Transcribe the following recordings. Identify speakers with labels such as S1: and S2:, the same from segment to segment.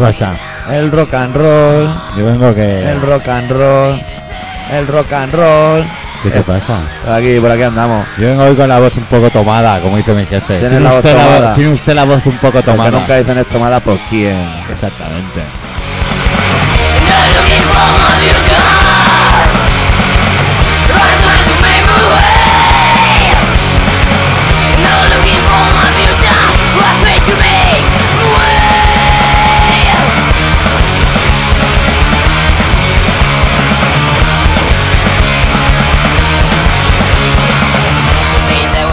S1: pasa?
S2: El rock and roll,
S1: Yo vengo que...
S2: el rock and roll, el rock and roll.
S1: ¿Qué te pasa?
S2: Por aquí, por aquí andamos.
S1: Yo vengo hoy con la voz un poco tomada, como dice mi jefe.
S2: Tiene la voz
S1: usted
S2: tomada.
S1: voz- tiene usted la voz un poco
S2: Porque
S1: tomada.
S2: nunca dicen es tomada por quién.
S1: Exactamente.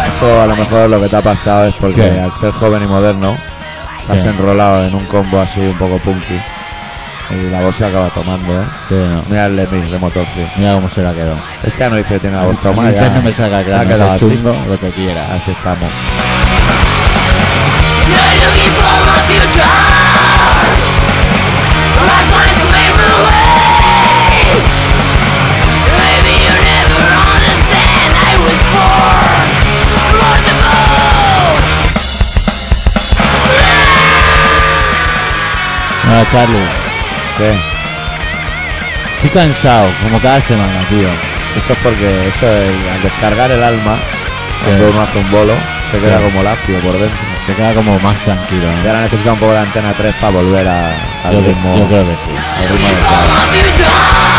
S2: Eso a lo mejor lo que te ha pasado es porque
S1: ¿Qué?
S2: al ser joven y moderno te has
S1: Sí.
S2: enrolado en un combo así un poco punky y la voz se acaba tomando, ¿eh?
S1: Sí, no.
S2: Mira el Lemmy de Motorfree.
S1: Mira cómo se la quedó.
S2: Es que no dice que tiene la voz
S1: A
S2: tomada.
S1: mí
S2: ya.
S1: usted no me saca
S2: se ha
S1: claro,
S2: quedado así.
S1: chungo, Ah, lo que quiera.
S2: Así estamos.
S1: No, Charlie,
S2: ¿Qué?
S1: estoy cansado, como cada semana, tío.
S2: Eso es porque eso es, al descargar el alma, cuando uno hace un bolo, se queda
S1: Sí.
S2: como lacio por dentro.
S1: Te queda como más tranquilo, ¿eh?
S2: Y
S1: ¿no?
S2: ahora necesita un poco de antena 3 para volver a, al
S1: Yo,
S2: ritmo.
S1: yo creo que sí.
S2: al ritmo de Charlie.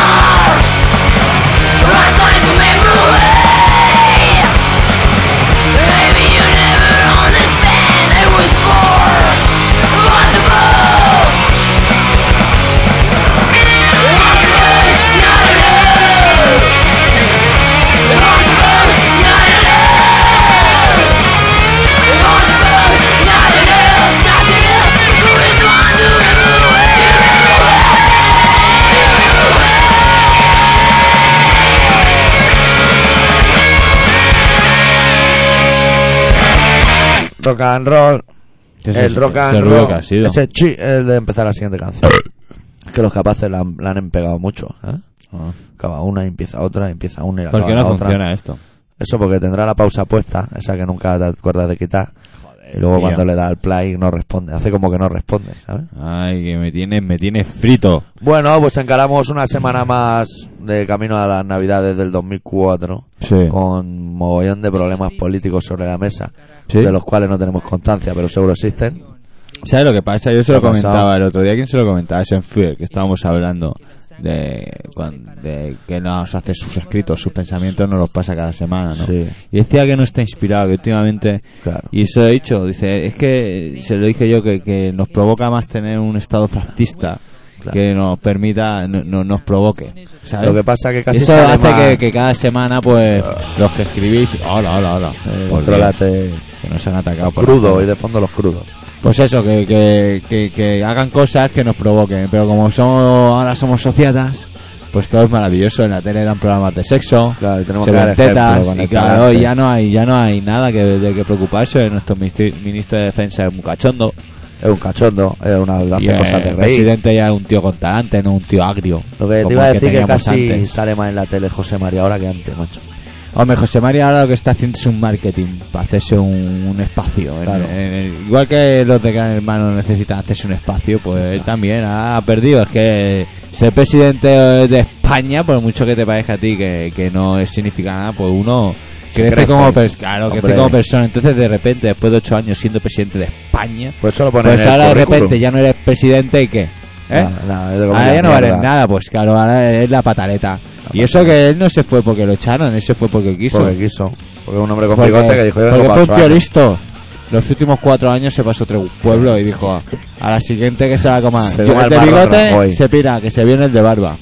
S2: Rock and roll.
S1: ¿Qué es
S2: el
S1: ese-
S2: rock
S1: ese
S2: and roll.
S1: ruido que ha sido?
S2: Ese chi el de empezar la siguiente canción. Es que los capaces la han, la han empegado mucho, ¿eh?
S1: Ah.
S2: Acaba una, empieza otra, empieza una y la
S1: ¿Por qué
S2: acaba
S1: no
S2: la otra.
S1: funciona esto?
S2: Eso porque tendrá la pausa puesta, esa que nunca te acuerdas de quitar. y luego
S1: tío.
S2: cuando le da al play no responde, hace como que no responde, ¿sabes?
S1: Ay, que me tiene, me tiene frito.
S2: Bueno, pues encaramos una semana más de camino a las navidades del 2004
S1: Sí.
S2: con mogollón de problemas políticos sobre la mesa,
S1: Sí.
S2: de los cuales no tenemos constancia, pero seguro existen.
S1: ¿Sabes lo que pasa? Yo se
S2: ¿Qué
S1: lo
S2: ha pasado?
S1: comentaba el otro día. ¿Quién se lo comentaba? Es en Fear, que estábamos hablando de, cuan- de que nos hace sus escritos, sus pensamientos, nos los pasa cada semana, ¿no?
S2: Sí.
S1: Y decía que no está inspirado, que últimamente...
S2: Claro.
S1: Y se lo he dicho, dice, es que se lo dije yo, que, que nos provoca más tener un estado fascista
S2: Claro.
S1: que nos permita, no, no- nos provoque. ¿sabes?
S2: Lo que pasa que casi
S1: Eso
S2: sale
S1: hace
S2: más-
S1: que, que cada semana, pues, los que escribís... Hola, hola, hola.
S2: Eh, Contrólate
S1: Que nos han atacado. por
S2: crudo y de fondo los crudos.
S1: pues eso, que, que, que, que hagan cosas que nos provoquen. Pero como somos, ahora somos sociatas, pues todo es maravilloso. En la tele dan programas de sexo,
S2: Claro, y tenemos
S1: se
S2: que dar
S1: dan
S2: ejemplo
S1: tetas,
S2: con
S1: y
S2: el
S1: claro,
S2: talante.
S1: ya no hay, ya no hay nada que, de que preocuparse. Nuestro ministri- ministro de Defensa es un cachondo.
S2: Es un cachondo, es una
S1: Y,
S2: hace
S1: eh,
S2: cosas de
S1: el
S2: reír.
S1: presidente ya es un tío con talante, no un tío agrio.
S2: Lo que
S1: como
S2: te iba a
S1: el
S2: decir que
S1: teníamos
S2: casi
S1: antes.
S2: sale más en la tele José María ahora que antes, macho.
S1: Hombre, José María ahora lo que está haciendo es un marketing para hacerse un, un espacio. En-
S2: Claro.
S1: en el- igual que los de Gran Hermano necesitan hacerse un espacio, pues él también ha perdido. Es que ser presidente de España, por mucho que te parezca a ti que, que no es- significa nada, pues uno crece,
S2: crece.
S1: como, pers- claro, crece
S2: Hombre.
S1: como persona. Entonces, de repente, después de ocho años siendo presidente de España,
S2: Pues eso lo ponen
S1: pues
S2: en el
S1: ahora de
S2: currículum.
S1: repente ya no eres presidente y qué. ¿Eh?
S2: Nada, nada, es de comer
S1: Ahora ya
S2: la
S1: no vale
S2: mierda.
S1: nada, pues claro, ahora es la pataleta. y eso que él no se fue porque lo echaron, él se fue porque quiso.
S2: Porque quiso. Porque un hombre con
S1: Porque-
S2: bigote que dijo, yo vengo
S1: porque
S2: pa'
S1: fue
S2: ocho
S1: un tío
S2: años".
S1: listo. Los últimos cuatro años se pasó tres pueblos y dijo, a la siguiente que se la coma.
S2: Se
S1: Y
S2: coma
S1: el
S2: el
S1: de
S2: marrón
S1: bigote
S2: Rajoy.
S1: se pira, que se viene el de barba.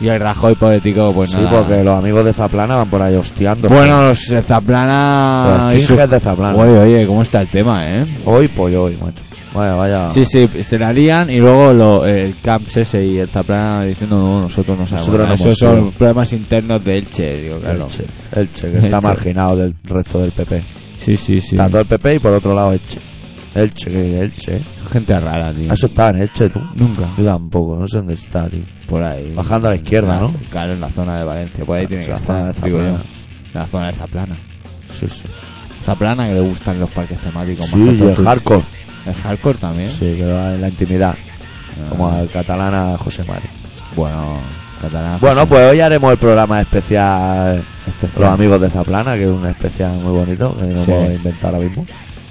S1: Y el Rajoy político, pues
S2: Sí,
S1: nada.
S2: porque los amigos de Zaplana van por ahí hostiando.
S1: Bueno, ah, los de Zaplana...
S2: Los
S1: y su-
S2: finges de Zaplana.
S1: Oye, oye, ¿cómo está el tema, eh?
S2: Hoy, pollo, hoy, macho. Vaya, vaya.
S1: Sí, sí, se la lían y luego lo- el Camps ese y el Zaplana diciendo no, nosotros no sabemos.
S2: Nosotros
S1: nada".
S2: no
S1: Esos
S2: hemos
S1: son
S2: sido.
S1: problemas internos de Elche, digo, claro.
S2: Elche, Elche, que está
S1: Elche.
S2: marginado del resto del PP.
S1: Sí, sí, sí.
S2: Está todo el PP y por otro lado Elche. Elche, que Elche. eh.
S1: Gente rara, tío.
S2: Eso está en Elche, tú.
S1: Nunca.
S2: Yo tampoco, no sé dónde está, tío.
S1: Por ahí.
S2: Bajando a la izquierda,
S1: En
S2: ¿no?
S1: Claro, en la zona de Valencia. Por ahí
S2: Claro,
S1: tiene que
S2: la
S1: estar.
S2: zona de
S1: digo
S2: Zaplana.
S1: yo. La zona de Zaplana.
S2: Sí, sí.
S1: Zaplana que le gustan los parques temáticos.
S2: Sí, y
S1: que todo
S2: el
S1: tu-
S2: hardcore.
S1: ¿eh? El hardcore también. Ah,
S2: Sí, que va en la intimidad. como al catalana José Mari.
S1: Bueno, catalán. Este
S2: Bueno,
S1: José,
S2: pues hoy haremos el programa especial
S1: especial.
S2: Los Amigos de Zaplana, que es un especial muy bonito que no
S1: Sí.
S2: hemos inventado ahora mismo.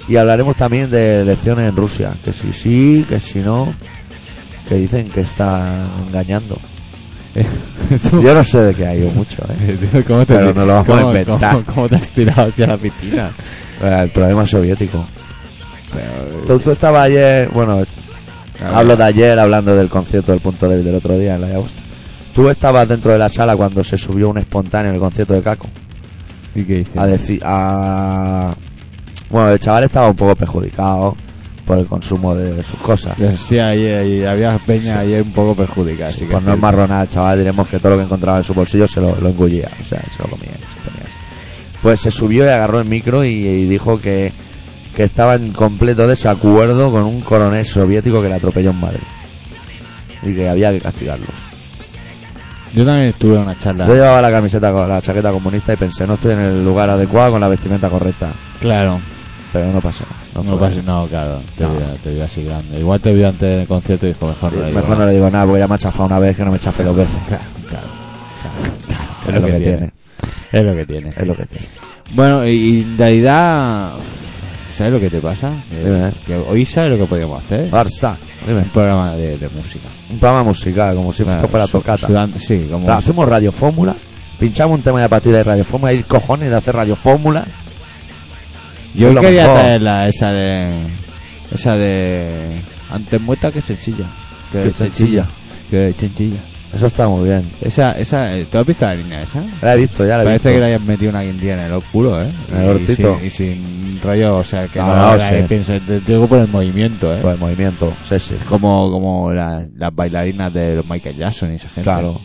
S2: Y hablaremos también de elecciones en Rusia, que si sí, que si no, que dicen que están engañando.
S1: Tú-
S2: Yo no sé de qué ha ido mucho, ¿eh?
S1: Tío, ¿Cómo te
S2: Pero no lo vamos a
S1: cómo-
S2: inventar.
S1: cómo- cómo te has tirado hacia la piscina?
S2: Eh, El problema soviético.
S1: Pero,
S2: Tú, tú estabas ayer, bueno,
S1: a ver,
S2: hablo de ayer hablando del concierto del punto débil del otro día en la Yagosta. Tú estabas dentro de la sala cuando se subió un espontáneo en el concierto de Caco.
S1: ¿Y qué dices?
S2: a decir a bueno el chaval estaba un poco perjudicado por el consumo de, de sus cosas
S1: Yo Pues Sí, ayer, ayer- había peña ayer un poco perjudicada. así que
S2: por Pues no enmarronar al chaval diremos que todo lo que encontraba en su bolsillo se lo, lo engullía o sea se lo comía se lo ponía así. pues se subió y agarró el micro y, y dijo que que estaba en completo desacuerdo con un coronel soviético que le atropelló en Madrid y que había que castigarlos
S1: Yo también estuve en una charla.
S2: yo llevaba la camiseta con la chaqueta comunista y pensé no estoy en el lugar adecuado con la vestimenta correcta
S1: Claro,
S2: pero no pasó nada,
S1: no,
S2: fue-
S1: pasa- no, claro, te
S2: No.
S1: vio te vio así grande. Igual te vio antes del concierto y dijo, mejor no. le digo
S2: Mejor no
S1: nada.
S2: le digo nada porque ya me ha chafado una vez que no me chafe dos veces.
S1: Claro, claro, claro.
S2: Es lo que tiene. Eh.
S1: Es lo que tiene.
S2: Es lo que tiene.
S1: Bueno, y, y en realidad, ¿sabes lo que te pasa? Eh,
S2: Dime, eh.
S1: que hoy sabes lo que podríamos hacer.
S2: Ahora está. Ah, Dime.
S1: Un programa de, de música.
S2: Un programa musical, como si
S1: Claro,
S2: fuera para
S1: su-
S2: tocata.
S1: sudando- sí, como...
S2: Claro, hacemos radiofórmula. Pinchamos un tema de partida de radiofórmula. Hay cojones de hacer radiofórmula.
S1: Yo
S2: es lo
S1: quería
S2: mejor.
S1: traer la, esa de... Esa de... Antes muerta que sencilla. Que
S2: Qué sencilla.
S1: Que sencilla.
S2: Eso está muy bien.
S1: Esa, esa... eh, ¿Tú has visto la niña esa?
S2: La he visto, ya la he
S1: Parece que
S2: visto.
S1: le hayan metido una guindilla en el óculo, ¿eh?
S2: En el
S1: Y
S2: hortito.
S1: sin- Y sin rollo, o sea, que
S2: No,
S1: no,
S2: no,
S1: la-
S2: sí.
S1: que piense- te te digo por el movimiento, ¿eh?
S2: Por el movimiento. Sí, sí.
S1: Como, como la- las bailarinas de los Michael Jackson y esa gente.
S2: Claro.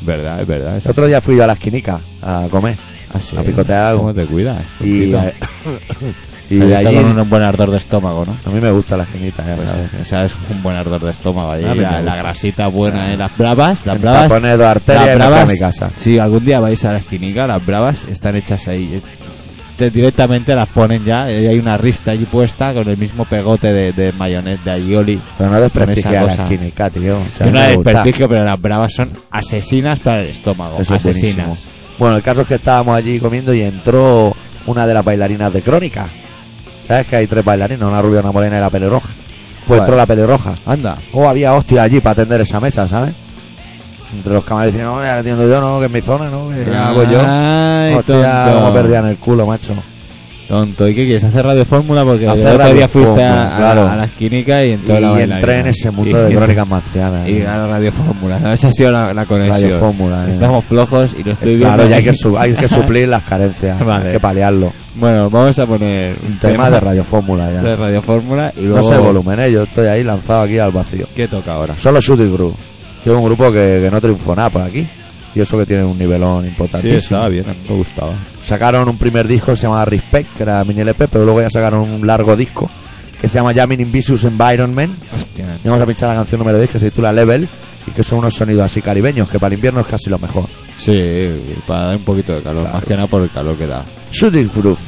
S1: Verdad, es verdad. es
S2: Otro día fui yo a las quinicas a comer.
S1: así. ¿eh?
S2: a picotear algo.
S1: ¿Cómo te cuidas?
S2: Y, eh,
S1: Poquito.
S2: y
S1: Ahí está
S2: allí.
S1: con un buen ardor de estómago, ¿no?
S2: A mí me gustan las quinitas, ya
S1: Pues,
S2: sabes.
S1: o sea, es un buen ardor de estómago. ahí,
S2: A mí me
S1: la,
S2: gusta.
S1: la grasita
S2: Ah.
S1: buena de las bravas. Las
S2: Para
S1: bravas.
S2: poner dos arterias
S1: las
S2: y me fui a
S1: bravas.
S2: mi casa.
S1: Si algún día vais a la esquinica, las bravas están hechas ahí. Es- te- directamente las ponen ya. Y hay una rista allí puesta con el mismo pegote de, de mayonesa de aioli.
S2: Pero no
S1: esa
S2: desprestigia las
S1: cosa.
S2: quínicas, tío. O sea,
S1: Que
S2: a mí
S1: no
S2: me
S1: es
S2: gusta.
S1: desperdicio, pero las bravas son asesinas para el estómago.
S2: Eso es
S1: Oh, asesinas.
S2: buenísimo. Bueno, el caso es que estábamos allí comiendo y entró una de las bailarinas de Crónica. ¿Sabes que hay tres bailarinas? Una rubia, una morena y la pelirroja. Pues
S1: Vale.
S2: entró la pelirroja.
S1: Anda.
S2: O había hostia allí para atender esa mesa, ¿sabes? Entre los camareros diciendo, no, ya la atiendo yo, no, que es mi zona, no, que ya voy yo.
S1: Ay,
S2: Hostia,
S1: tonto.
S2: cómo perdían el culo, macho.
S1: Tonto, ¿y qué quieres? ¿Hacer radio fórmula? Porque el
S2: Hacer
S1: otro día
S2: Radio
S1: fuiste
S2: Fórmula,
S1: a, a-
S2: claro.
S1: a la esquinica y entró
S2: Y
S1: la
S2: entré en
S1: bailarina.
S2: ese mundo
S1: Y-
S2: de crónicas marcianas.
S1: Y
S2: ¿eh?
S1: a la radio fórmula, ¿no? Esa ha sido la, la conexión.
S2: Radio Fórmula, ¿eh?
S1: Estamos flojos y lo estoy viendo.
S2: Claro, ya hay que, su- hay que suplir las carencias,
S1: Vale.
S2: hay que paliarlo.
S1: Bueno, vamos a poner
S2: Un tema de radio fórmula ya.
S1: de radio fórmula y luego...
S2: No sé el volumen, ¿eh? yo estoy ahí lanzado aquí al vacío.
S1: ¿Qué toca ahora?
S2: Solo Shooting Group, que es un grupo que, que no triunfó nada por aquí. Y eso que tiene un nivelón
S1: Sí,
S2: importantísimo.
S1: estaba bien, a mí me gustaba.
S2: sacaron un primer disco que se llamaba Respect, que era mini LP, pero luego ya sacaron un largo disco que se llama Jamming in Vicious Environment.
S1: Hostia.
S2: Y vamos a pinchar la canción número 10 que se titula Level y que son unos sonidos así caribeños, que para el invierno es casi lo mejor.
S1: Sí, para dar un poquito de calor, más que nada por el calor que da.
S2: Shooting Group.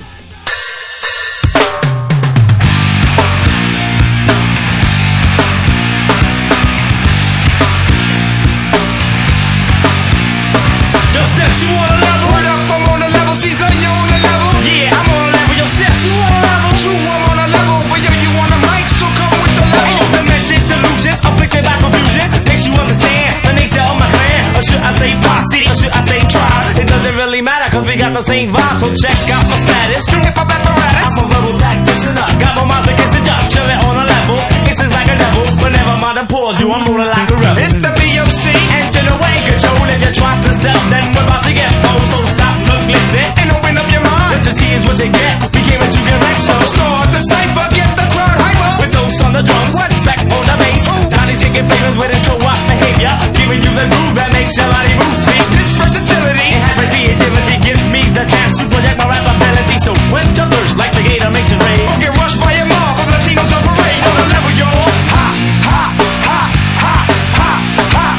S3: Yo said you on a level. Word up, I'm on a level. Caesar, you on a level. Yeah, I'm on a level. Yo said you on a level. True, I'm on a level. But yo, you on a mic, so come with the level.
S4: Hey, demented, delusion, afflicted by confusion. Makes you understand the nature of my clan. Or should I say posse, or should I say tribe? It doesn't really matter, cause we got the same vibe. So check out my status.
S3: The hip hop apparatus.
S4: I'm a rebel tacticianer. Got my mind's against the job, chillin' on a level. Kisses like a devil, but never mind, I'm paused. You, I'm rolling like a rebel.
S3: It's the BOC.
S4: Engine away, control. If you try to step, then we're about to get bold. So stop, look, listen.
S3: And open up your mind.
S4: Just here's what you get. We came in to get wrecked, so
S3: Start the cipher, get the crowd hyper.
S4: with those on the drums, what? back on the bass.
S3: Ooh.
S4: Now these chicken flavors with his co-op behavior, giving you the groove that makes your body move. See,
S3: This
S4: and
S3: versatility.
S4: having creativity gives me the chance to project my rap ability. So when your thirst like the gator makes it rain.
S3: Don't get rushed by a mob of Latinos on parade. On a level, yo. Ha, ha, ha, ha, ha, ha. Ha, ha,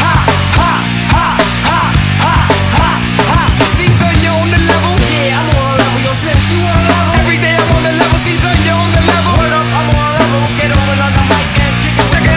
S3: ha, ha, ha, ha, ha. Caesar, you on the level.
S4: Yeah, I'm on a level, yo slips.
S3: You on a level. Every day I'm on the level. Caesar, you on the level.
S4: Word up, I'm on a level. Get over on the mic and kick it.
S3: Check it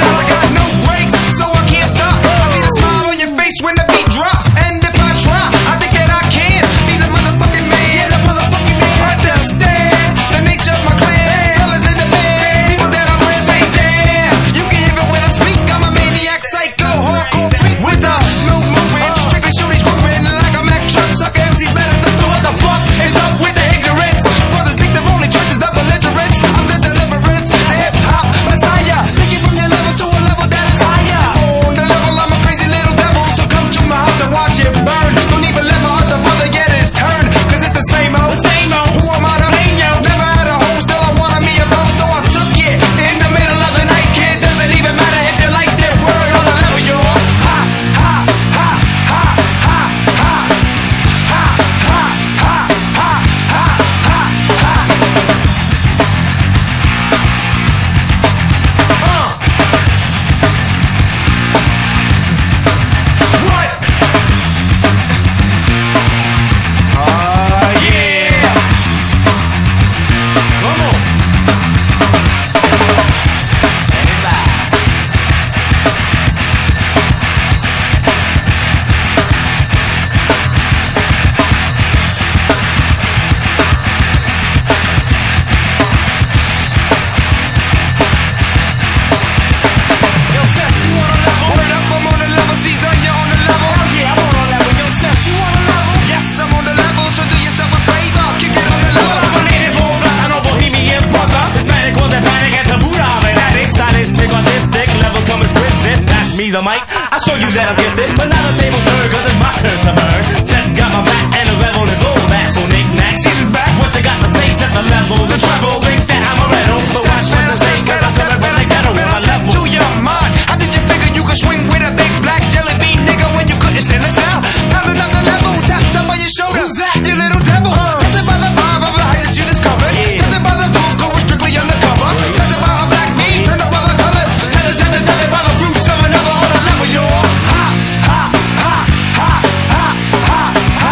S4: me the mic. I show you that I'm gifted, but not a table's turn, cause it's my turn to burn. Seth's got my back and a rebel to go back. So knick-knack, season's back. What you got to say, set the level, the treble. Think that I'm a rental, but watch what they say, cause I step up when I get on my level.
S3: to your mind. How did you figure you could swing with a big black jelly bean nigga when you couldn't stand the sound? Pounding up the level, taps up on your shoulder. Who's that? You little devil. Tempted by the vibe of the height that you discovered. Tempted by the gold, going strictly undercover. Tempted by a black me, turned up by the colors. Tempted, tempted, tempted by the fruits of another on a level, y'all. Ha, ha, ha, ha, ha, ha, ha, ha,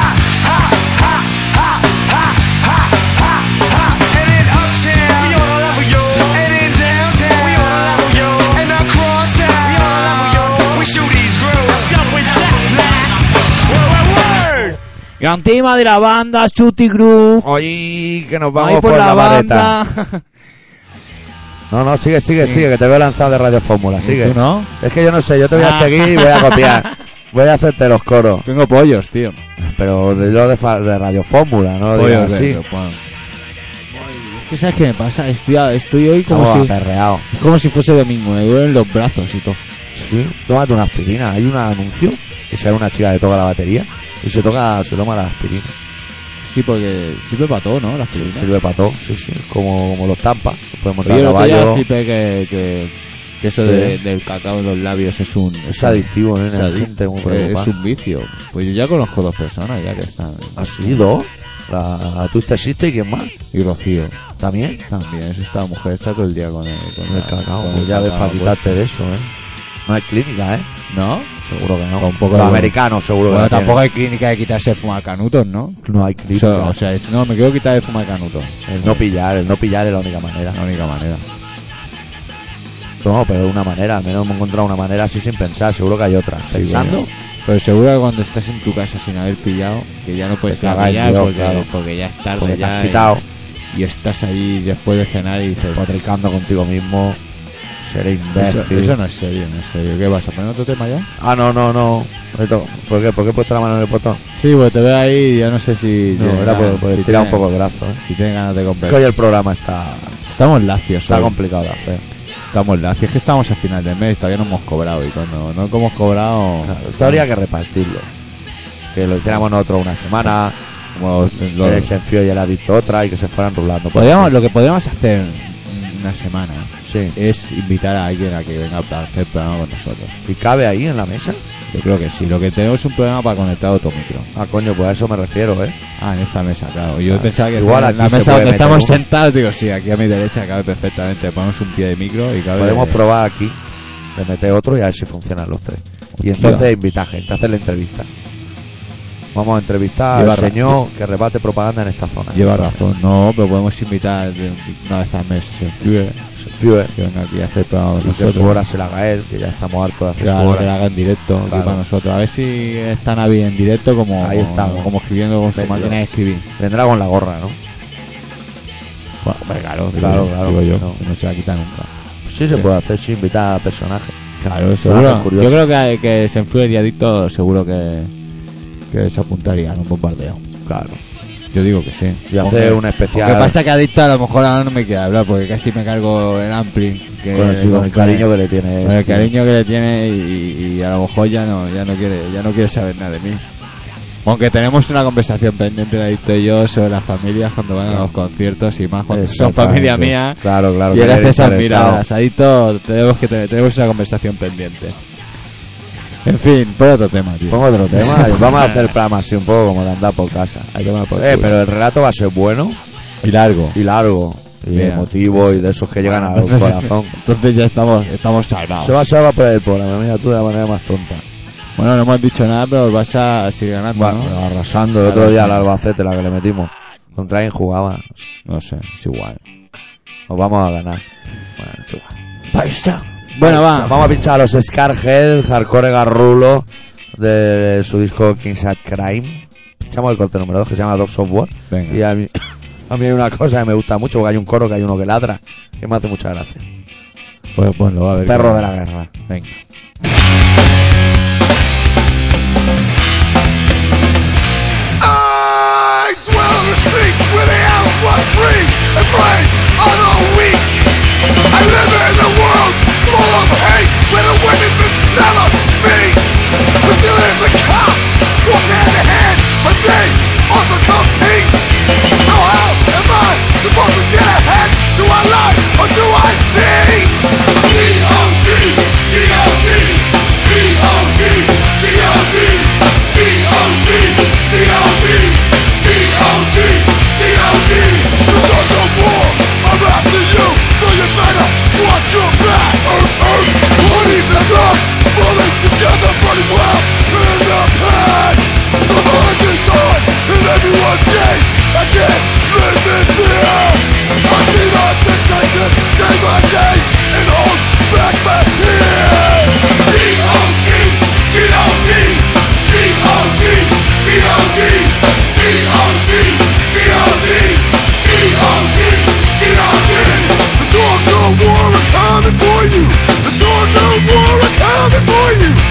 S3: ha, ha, ha, ha, ha, ha. And in uptown,
S4: We on a level, yo.
S3: and in downtown,
S4: We on a level, yo.
S3: and across town,
S4: We on a level, yo.
S3: we shoot these grooves.
S4: Show is that black. Word, word, word.
S1: Gran tema de la banda Shooty Groove.
S2: Hoy que nos vamos
S1: Ahí por, la,
S2: vareta.
S1: banda.
S2: No, no, sigue, sigue,
S1: Sí.
S2: sigue, que te veo lanzado de Radio Fórmula, sigue.
S1: ¿Tú no?
S2: Es que yo no sé, yo te voy a
S1: Ah.
S2: seguir y voy a copiar. Voy a hacerte los coros.
S1: Tengo pollos, tío.
S2: Pero de lo de, fa- de Radio Fórmula, no lo digas así.
S1: verdes, pan. ¿Qué sabes qué me pasa? Estoy, estoy hoy como
S2: Estamos
S1: si
S2: aperreados.
S1: es como si fuese domingo, me duelen los brazos y todo.
S2: Sí, tómate una aspirina. Hay un anuncio que sale una chica que toca la batería y se toca, se toma la aspirina.
S1: Sí, porque sirve para todo, ¿no? Las
S2: Sí,
S1: aspirina.
S2: sirve para todo, sí, sí. Como, como los tampas, podemos
S1: Pero
S2: montar a
S1: yo el otro día
S2: caballo.
S1: flipé que, que, que eso
S2: Sí.
S1: de- del cacao en los labios es un...
S2: Es adictivo, nena.
S1: es
S2: la
S1: adic-
S2: gente muy
S1: eh,
S2: preocupada.
S1: es un vicio. Pues yo ya conozco dos personas ya que están...
S2: ¿Ha sido? La, la tuista existe y quién más.
S1: Y Rocío
S2: También.
S1: también. Es esta mujer, está todo el día con el, con
S2: Con el
S1: la-
S2: cacao.
S1: con
S2: pues
S1: el
S2: ya ves
S1: cacao,
S2: para
S1: pues.
S2: quitarte de eso, ¿eh? No hay clínica, ¿eh?
S1: ¿No?
S2: Seguro que no.
S1: Con un poco
S2: Los
S1: de-
S2: americanos, seguro
S1: Bueno,
S2: que no.
S1: tampoco hay clínica de quitarse de fumar canutos, ¿no?
S2: tienen. No hay
S1: O
S2: clínica.
S1: sea, o sea, no, me quiero quitar de fumar canutos.
S2: el no pillar, el no pillar es la única manera.
S1: La única manera.
S2: No, pero de una manera. Al menos hemos encontrado una manera así sin pensar. Seguro que hay otra. Pensando. pues
S1: coño. Pero seguro que cuando estás en tu casa sin haber pillado, que ya no puedes
S2: Te
S1: ir a
S2: cagas,
S1: pillar
S2: tío,
S1: porque,
S2: claro.
S1: porque ya es tarde,
S2: porque te
S1: ya
S2: has quitado.
S1: Y, y estás ahí después de cenar y dices,
S2: Patricando contigo mismo. Seré imbécil.
S1: eso, eso no es serio, no es serio. ¿Qué vas a poner otro tema ya?
S2: Ah, no, no, no. Esto- ¿Por qué? ¿Por qué he puesto la mano en el botón?
S1: Sí, pues te veo ahí, yo no sé si...
S2: No,
S1: tienes
S2: era por,
S1: ganas-
S2: por
S1: si Pues
S2: estirar
S1: tienes-
S2: un poco el brazo. ¿eh?
S1: Si tienes ganas de
S2: Es que hoy
S1: comprar.
S2: el programa está,
S1: Estamos lacios
S2: está
S1: hoy.
S2: complicado de hacer.
S1: Estamos lacios. Es que estamos a final de mes, todavía no hemos cobrado y cuando no hemos cobrado...
S2: Claro, esto habría que repartirlo. Que lo hiciéramos nosotros una semana,
S1: como los-
S2: que el Senfío ya le ha visto otra y que se fueran rulando. por
S1: Podríamos,
S2: ejemplo.
S1: lo que podríamos hacer una semana
S2: Sí.
S1: es invitar a alguien a que venga a hacer programa con nosotros.
S2: ¿Y cabe ahí en la mesa?
S1: Yo creo que sí. Lo que tenemos es un programa para conectar otro micro.
S2: Ah, coño, pues a eso me refiero, ¿eh?
S1: Ah, en esta mesa, claro. Yo
S2: Ah,
S1: pensaba que
S2: igual
S1: en
S2: aquí
S1: la
S2: se
S1: mesa
S2: puede
S1: donde
S2: meter
S1: estamos
S2: uno.
S1: sentados, digo, sí, aquí a mi derecha cabe perfectamente. Ponemos un pie de micro y cabe.
S2: Podemos probar aquí, le meter otro y a ver si funcionan los tres. Y entonces invitar gente, hacer la entrevista. Vamos a entrevistar
S1: Lleva
S2: al
S1: razón.
S2: señor que reparte propaganda en esta zona.
S1: Lleva razón, no, pero podemos invitar de- una vez al mes a Senflue,
S2: Senfío, ¿eh?
S1: que venga aquí a hacer programa con
S2: Y que su
S1: nosotros.
S2: hora se la haga él, que ya estamos hartos de hacer su
S1: Claro, que
S2: hora.
S1: la haga en directo aquí
S2: Claro.
S1: para nosotros. A ver si está Navi en directo como,
S2: Ahí estamos.
S1: como escribiendo con su
S2: Venga.
S1: máquina de escribir.
S2: Vendrá con la gorra, ¿no?
S1: Bueno, pues claro, digo
S2: Claro,
S1: yo,
S2: claro,
S1: digo yo,
S2: no.
S1: que no se la quita nunca.
S2: Sí, se
S1: Sí.
S2: puede hacer, sí, invitar a personajes.
S1: Claro,
S2: Claro,
S1: seguro.
S2: curioso.
S1: Yo creo que, que Senfuer y Adicto seguro que, que se apuntarían a un bombardeo.
S2: Claro.
S1: Yo digo que sí.
S2: Y hacer un especial.
S1: Lo que pasa que Adicto a lo mejor ahora no me quiere hablar porque casi me cargo el ampli. que-
S2: Bueno, sí, con el cariño que le tiene. este
S1: con el cariño que le tiene y, y a lo mejor ya no, ya no quiere, ya no quiere saber nada de mí. Aunque tenemos una conversación pendiente Adicto y yo sobre las familias cuando van a los conciertos y más cuando son
S2: Exactamente.
S1: familia mía.
S2: Claro, claro.
S1: y
S2: que
S1: gracias esas
S2: interesado.
S1: miradas, Adicto, tenemos que tener, tenemos una conversación pendiente. En fin, por otro tema, tío.
S2: Pongo otro tema. y Vamos a hacer el programa así un poco como de andar por casa.
S1: Hay que tomar por
S2: Eh,
S1: culo.
S2: pero el relato va a ser bueno
S1: Y largo.
S2: y largo. Y
S1: Bien.
S2: emotivo y de esos que llegan al
S1: Entonces-
S2: corazón.
S1: Entonces ya estamos, estamos salvados.
S2: Se va a salvar por el programa, mira tú de la manera más tonta.
S1: Bueno, no hemos dicho nada, pero vas a seguir ganando,
S2: Va,
S1: ¿no?
S2: pero arrasando el otro día al Albacete, la que le metimos. Contra quien jugaba.
S1: No sé, es igual.
S2: Nos vamos a ganar. Bueno, es igual. Paisa.
S1: Bueno, va.
S2: Vamos a pinchar a los Scarhead, Hardcore Garrulo, de su disco Kings at Crime. Pinchamos el corte número 2 que se llama Dog Software.
S1: Venga.
S2: Y a mí, a mí hay una cosa que me gusta mucho, porque hay un coro que hay uno que ladra, que me hace mucha gracia.
S1: Pues ponlo, a ver.
S2: Perro de la guerra.
S1: Venga.
S5: I dwell in the streets where they have what free and play on all week. I live in a world full of hate where the witness is never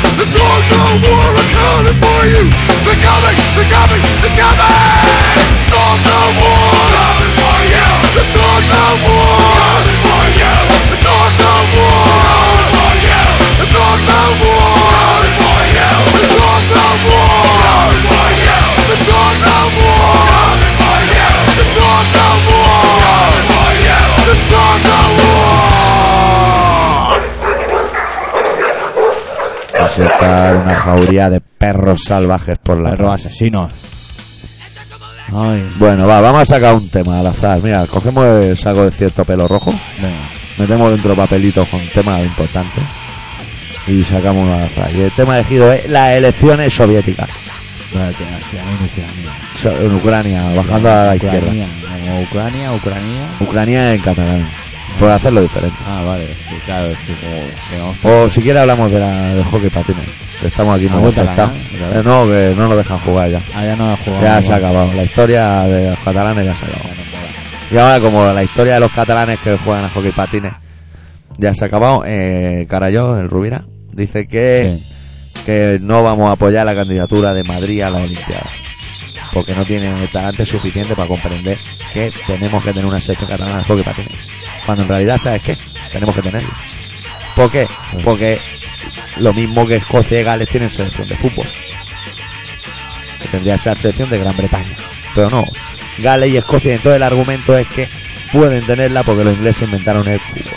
S5: war is coming for you. They're coming, they're coming, they're coming. Storms of war coming for you. The storms of war coming for you. The storms of war coming for you. The storms of war coming for you. The storms of war coming for you. The storms of war coming for you. The storms of war coming for you. The storms of war.
S2: Aceptar una jauría de perros salvajes por la
S1: Perros
S2: raza.
S1: asesinos. Ay,
S2: Bueno, va, vamos a sacar un tema al azar. Mira, cogemos el saco de cierto pelo rojo,
S1: venga.
S2: metemos dentro papelitos con temas importantes y sacamos uno al azar. Y el tema elegido es las elecciones soviéticas.
S1: Espérate, así, ahí no queda mira.
S2: So- En Ucrania, bajando a la izquierda.
S1: Ucrania, como Ucrania, Ucrania.
S2: Ucrania en catalán, por hacerlo diferente.
S1: Ah, vale, sí, claro, es que como que no-
S2: O siquiera hablamos de la de hockey patines. que Estamos aquí
S1: Ah,
S2: muy
S1: vuelta
S2: afectados.
S1: la gana, otra
S2: Eh, No, que no nos dejan jugar ya.
S1: Ah, ya no he jugado.
S2: Ya
S1: ¿no?
S2: se ha acabado. La historia de los catalanes ya se ha acabado.
S1: Ya no mola.
S2: Y ahora, como la historia de los catalanes que juegan a hockey patines ya se ha acabado, eh, Carayó, el Rubira, dice que,
S1: Sí.
S2: que no vamos a apoyar la candidatura de Madrid a la Olimpiada. Porque no tienen el talante suficiente para comprender que tenemos que tener una sección catalana de hockey patines. Cuando en realidad, ¿sabes qué? Tenemos que tenerlo. ¿Por qué? Porque lo mismo que Escocia y Gales tienen selección de fútbol. Que tendría que ser selección de Gran Bretaña. Pero no. Gales y Escocia, entonces el argumento es que pueden tenerla porque los ingleses inventaron el fútbol.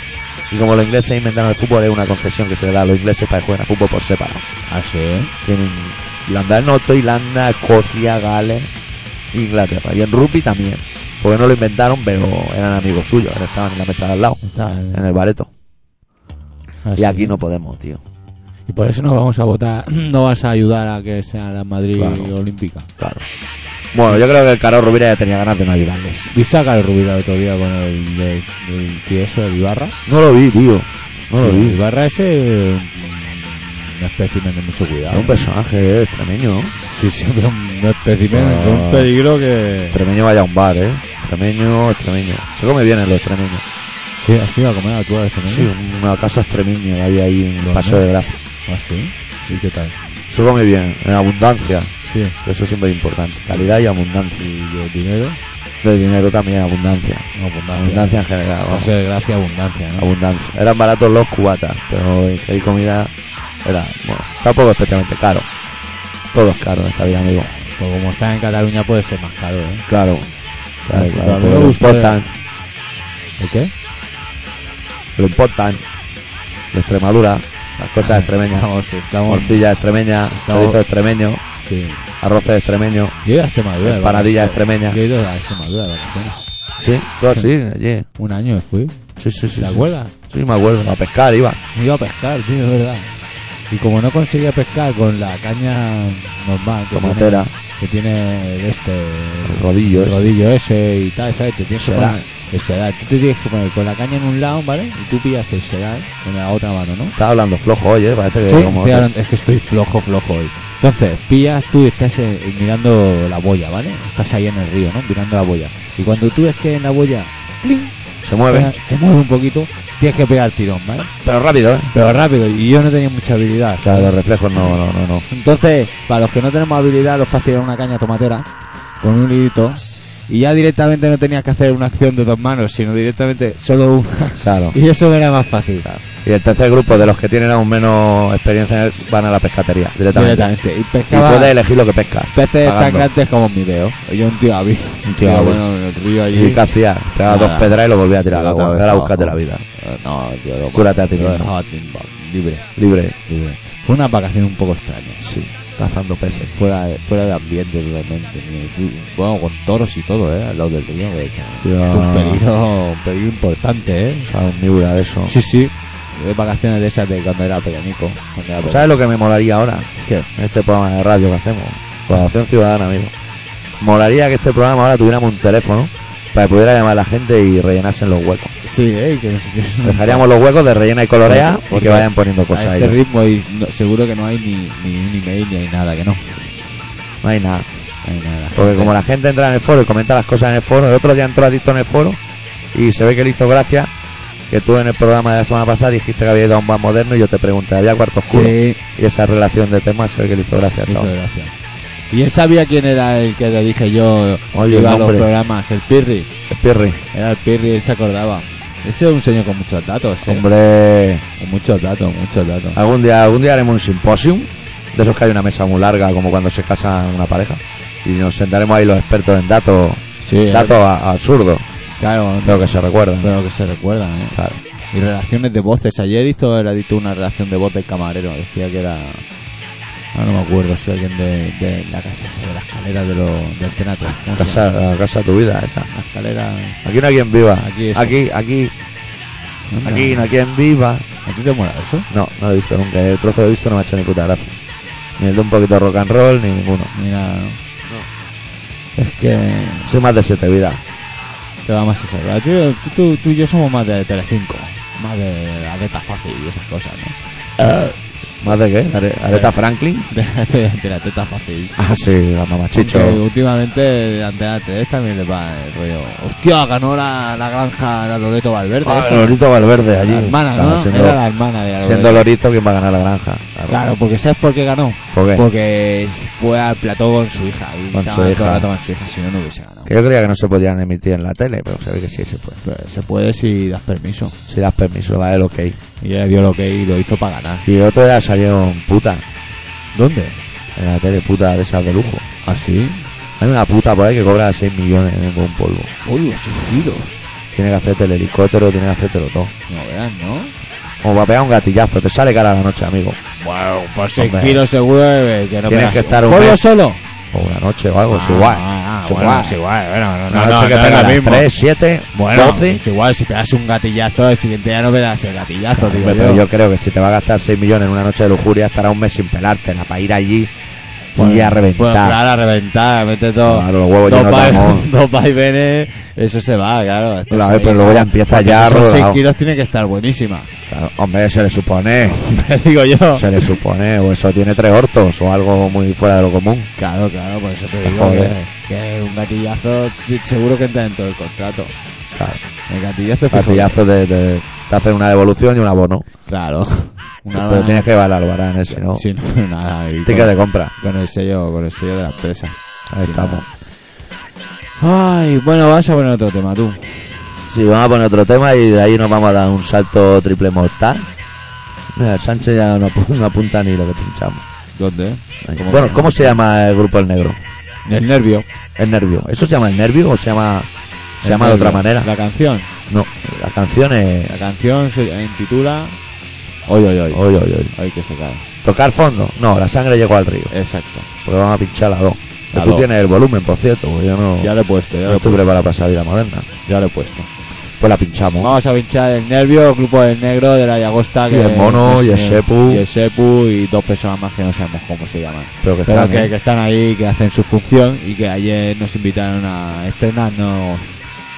S2: Y como los ingleses inventaron el fútbol, es una concesión que se le da a los ingleses para que jueguen a fútbol por separado.
S1: Ah, sí, ¿eh?
S2: Tienen Irlanda del Norte, Irlanda, Escocia, Gales, Inglaterra. Y en rugby también. Porque no lo inventaron, pero eran amigos suyos. Estaban en la mesa de al lado,
S1: Está, eh,
S2: en el bareto.
S1: ah,
S2: Y
S1: sí.
S2: aquí no podemos, tío.
S1: Y por eso no vamos a votar, no vas a ayudar a que sea la Madrid
S2: Claro.
S1: Olímpica.
S2: Claro. Bueno, yo creo que el Caro Rubira ya tenía ganas de no ayudarles.
S1: ¿Viste a Carlos Rubira el otro día con el del del tieso, el Ibarra?
S2: No lo vi, tío. No lo
S1: Sí,
S2: vi.
S1: Ibarra ese mm, un espécimen de mucho
S2: Era
S1: cuidado.
S2: un personaje eh, extremeño.
S1: Sí, sí, pero un espécimen
S2: Ah.
S1: con un peligro que...
S2: Extremeño vaya a un bar, ¿eh? Extremeño, extremeño. Se come bien en los extremeños.
S1: Sí, has ido a comer a tu vez también.
S2: Sí, una casa extremeña había ahí en el
S1: Bueno.
S2: Paseo de Gracia.
S1: Ah, sí. Sí, ¿qué tal?
S2: Se come bien, en abundancia.
S1: Sí.
S2: Eso siempre es importante. Calidad y abundancia.
S1: Y el dinero,
S2: De dinero también, abundancia.
S1: no, abundancia.
S2: Abundancia en general,
S1: No
S2: vamos.
S1: sé, gracia, abundancia, ¿no?
S2: Abundancia. Eran baratos los cubatas, pero ingerir comida era, bueno, tampoco especialmente caro. Todo es caro en esta vida, amigo.
S1: Pues como está en Cataluña puede ser más caro, ¿eh?
S2: Claro. Claro,
S1: Pero
S2: claro.
S1: a mí
S2: pero
S1: me
S2: Lo
S1: gusta-
S2: importan,
S1: ¿El qué?
S2: lo importan. De Extremadura, las cosas extremeñas.
S1: Estamos, estamos...
S2: Morcilla extremeña,
S1: Estamos-
S2: chorizo extremeño,
S1: Sí.
S2: arroces extremeño,
S1: Yo he ido a Extremadura. de
S2: empanadillas
S1: vacaciones.
S2: extremeñas.
S1: Yo he ido a Extremadura de vacaciones.
S2: Sí, todo sí, allí.
S1: Un año me fui.
S2: Sí, sí, sí.
S1: ¿Te
S2: sí,
S1: acuerdas?
S2: Sí, Sí, me acuerdo. A pescar iba.
S1: Me iba a pescar, tío, es verdad. Y como no conseguía pescar con la caña normal que
S2: Tomatera.
S1: tiene, que tiene el este
S2: El rodillo
S1: el
S2: ese.
S1: rodillo ese y tal, ¿sabes? Te tienes que
S2: Sedal.
S1: poner el sedal. Tú te tienes que poner con la caña en un lado, ¿vale? Y tú pillas el sedal con la otra mano, ¿no?
S2: Estaba hablando flojo hoy, eh. Parece que
S1: Sí,
S2: como-
S1: estoy hablando- es que estoy flojo, flojo hoy. Entonces, pillas, tú estás eh, mirando la boya, ¿vale? Estás ahí en el río, ¿no? Mirando la boya. Y cuando tú ves que en la boya ¡plin!
S2: Se mueve.
S1: se mueve un poquito, tienes que pegar el tirón, ¿vale?
S2: Pero rápido, eh.
S1: Pero rápido, y yo no tenía mucha habilidad.
S2: O sea, los reflejos no, no, no, no.
S1: Entonces, para los que no tenemos habilidad, lo fácil era una caña tomatera con un hilito. Y ya directamente no tenías que hacer una acción de dos manos, sino directamente solo una.
S2: Claro.
S1: Y eso me era más fácil.
S2: Y el tercer grupo de los que tienen aún menos experiencia van a la pescatería directamente.
S1: Directamente. Y
S2: Y
S1: pescaba
S2: puedes elegir lo que pescas.
S1: peces tan
S2: pagando.
S1: grandes como mi dedo. Y Yo un tío avi. Un
S2: tío avi.
S1: bueno en el río allí.
S2: ¿Y qué hacía? Pegaba
S1: Nada.
S2: dos pedras y lo volvía a tirar
S1: Yo
S2: al agua.
S1: otra vez
S2: Ahora
S1: abajo.
S2: búscate la vida.
S1: Eh, No, yo lo,
S2: Cúrate a ti
S1: yo lo
S2: mismo.
S1: dejaba timba- libre,
S2: Libre.
S1: libre. Fue una vacación un poco extraña.
S2: Sí. Cazando peces.
S1: Fuera de, fuera de ambiente totalmente. ni- ni- Bueno, con toros y todo, ¿eh? Al lado del río, de hecho.
S2: Ya.
S1: Un peligro, un peligro importante, ¿eh?
S2: O sea, un Miura de eso.
S1: Sí, sí. De vacaciones de esas de cuando era pequeñico. Cuando era
S2: ¿Sabes lo que me molaría ahora?
S1: ¿Qué?
S2: En este programa de radio que hacemos. Colaboración Ciudadana, amigo. Molaría que este programa ahora tuviéramos un teléfono para que pudiera llamar a la gente y rellenarse en los huecos.
S1: Sí, ¿eh? Que no sé qué.
S2: Dejaríamos los huecos de rellena y colorea y
S1: Porque
S2: que vayan poniendo cosas
S1: a
S2: ahí.
S1: este ritmo y no- seguro que no hay ni, ni un email ni hay nada, que no.
S2: No hay nada.
S1: No hay nada.
S2: Porque como la gente entra en el foro y comenta las cosas en el foro, el otro día entró Adicto en el foro y se ve que le hizo gracia que tú en el programa de la semana pasada dijiste que había ido a un bar moderno y yo te pregunté, ¿había cuarto oscuro?
S1: Sí,
S2: Y esa relación de temas se ve que le hizo gracia, al
S1: muchas
S2: chaval.
S1: gracias. Y él sabía quién era el que le dije yo
S2: Oye,
S1: iba
S2: el
S1: a los
S2: nombre.
S1: programas, el Pirri.
S2: Es Pirri.
S1: Era el Pirri, él se acordaba. Ese es un señor con muchos datos, eh.
S2: Hombre,
S1: Con muchos datos, muchos datos.
S2: algún día, algún día haremos un simposium. De esos que hay una mesa muy larga, como cuando se casa una pareja. Y nos sentaremos ahí los expertos en datos,
S1: Sí, eh,
S2: datos a- absurdos,
S1: claro,
S2: pero que se recuerdan.
S1: pero que se recuerdan, ¿eh?
S2: Claro.
S1: Y relaciones de voces. Ayer hizo el adicto una relación de voz del camarero. Decía que era. Ah, no me acuerdo si alguien de, de la casa esa, de la escalera de los del teatro. ¿Cómo se
S2: Casa,
S1: llama?
S2: la casa de tu vida, esa.
S1: La escalera.
S2: Aquí no hay quien viva.
S1: Aquí eso.
S2: aquí, aquí,
S1: ¿no?
S2: aquí no
S1: ¿A
S2: hay quien viva.
S1: ti te mola eso?
S2: No, no lo he visto nunca. El trozo que he visto no me ha hecho ni puta gracia. Ni el de un poquito de rock and roll, ni ninguno.
S1: Ni nada, ¿no? Es que.
S2: Soy más de siete vidas.
S1: Te va más a ser. ¿verdad? Tú, tú, tú- tú y yo somos más de Telecinco. Más de la gueta fácil y esas cosas, ¿no?
S2: ¿Más de qué? Are- ¿Areta Franklin?
S1: De, de- de la teta fácil.
S2: Ah, sí, la mamachicho.
S1: Aunque últimamente la Antena 3 también le va el rollo. Hostia, ganó la, la granja la Loreto Valverde.
S2: Ah,
S1: esa.
S2: Lorito Valverde allí.
S1: La hermana,
S2: Claro,
S1: ¿no?
S2: Siendo,
S1: Era la hermana de la
S2: siendo
S1: Loreto.
S2: Lorito quien va a ganar la granja. Claro.
S1: Claro, Pues porque ¿sabes por qué ganó?
S2: ¿Por qué?
S1: Porque fue al plató con su hija. y
S2: Con su
S1: estaba todo el
S2: hija.
S1: rato con su hija, si no, no hubiese ganado.
S2: Que yo creía que no se podían emitir en la tele, pero se ve que sí se puede.
S1: Pero se puede si das permiso.
S2: Si das permiso, da el ok.
S1: Y ella dio lo que y lo hizo para ganar.
S2: Y otro día salieron puta
S1: ¿Dónde?
S2: en la tele, puta de esas de lujo.
S1: ¿Así?
S2: Hay una puta por ahí que cobra 6 millones en un polvo.
S1: Uy, los suicidios.
S2: Tiene que hacerte el helicóptero, tiene que hacértelo todo.
S1: No veas, ¿no?
S2: Como para pegar un gatillazo, te sale cara a la noche, amigo.
S1: Bueno, pues 6
S2: Hombre.
S1: kilos seguro eh, que no
S2: Tienes
S1: pegas
S2: que estar un
S1: polvo
S2: mes.
S1: solo?
S2: O una noche o algo, es
S1: Ah,
S2: igual.
S1: ah,
S2: Es
S1: bueno,
S2: igual.
S1: es igual, bueno, no,
S2: Una
S1: no,
S2: noche
S1: no,
S2: que
S1: no es lo
S2: pegas
S1: mismo.
S2: 3, 7,
S1: Bueno,
S2: 12.
S1: es igual, si pegas un gatillazo, el siguiente ya no pegas el gatillazo, digo
S2: Hombre, pero
S1: yo.
S2: yo creo que si te va a gastar 6 millones en una noche de lujuria, estará un mes sin pelártela para ir allí y a
S1: Pues
S2: reventar.
S1: claro, a reventar, mete todo.
S2: Claro, los huevos
S1: dos
S2: llenos de
S1: vai-
S2: amor.
S1: Dos vaivenes, eso se va, claro. Estás
S2: Claro,
S1: ahí,
S2: pero luego ya empieza
S1: Porque
S2: ya
S1: si son 6
S2: rodado.
S1: kilos, tiene que estar buenísima.
S2: Claro, hombre, se le supone.
S1: Me digo yo.
S2: Se le supone. O eso tiene tres hortos o algo muy fuera de lo común.
S1: Claro, claro, por eso te digo
S2: Joder.
S1: que, que un gatillazo sí, seguro que entra dentro del contrato.
S2: Claro.
S1: El gatillazo fijo.
S2: Gatillazo de, de- te hacen una devolución y un abono.
S1: Claro. Una
S2: pero
S1: banana.
S2: tienes que valer barán ese, ¿no?
S1: Sí, no, nada. y
S2: Ticket de
S1: con,
S2: compra.
S1: con el sello, con el sello de la empresa.
S2: Ahí
S1: Sí,
S2: estamos.
S1: Ay, bueno, vas a poner otro tema tú.
S2: Sí, vamos a poner otro tema y de ahí nos vamos a dar un salto triple mortal. Mira, el Sánchez ya no, apu- no apunta ni lo que pinchamos.
S1: ¿Dónde? ¿Cómo
S2: bueno,
S1: que-
S2: ¿cómo se llama el grupo El Negro?
S1: El nervio.
S2: El Nervio. ¿Eso se llama El Nervio o se llama, se
S1: El
S2: llama de
S1: nervio.
S2: otra manera?
S1: La canción.
S2: No, la canción es...
S1: La canción se intitula. Oy, oy, oy.
S2: Oy, oy, oy.
S1: Ay, que se cae.
S2: ¿Tocar fondo? No, la sangre llegó al río.
S1: Exacto.
S2: Porque vamos a pinchar la dos.
S1: La
S2: Que tú
S1: dos.
S2: tienes el volumen, por cierto. porque Yo no,
S1: Ya lo he puesto, ya
S2: no
S1: lo he
S2: estoy
S1: puesto.
S2: preparado para esa vida moderna.
S1: Ya lo he puesto.
S2: Pues la pinchamos.
S1: Vamos a pinchar el nervio, el grupo del negro de la Yagosta.
S2: Y el mono, y el Sepu.
S1: Y el Sepu, y dos personas más que no sabemos cómo se llaman.
S2: Pero que
S1: Pero
S2: están,
S1: que,
S2: ¿eh?
S1: que están ahí, que hacen su función y que ayer nos invitaron a estrenarnos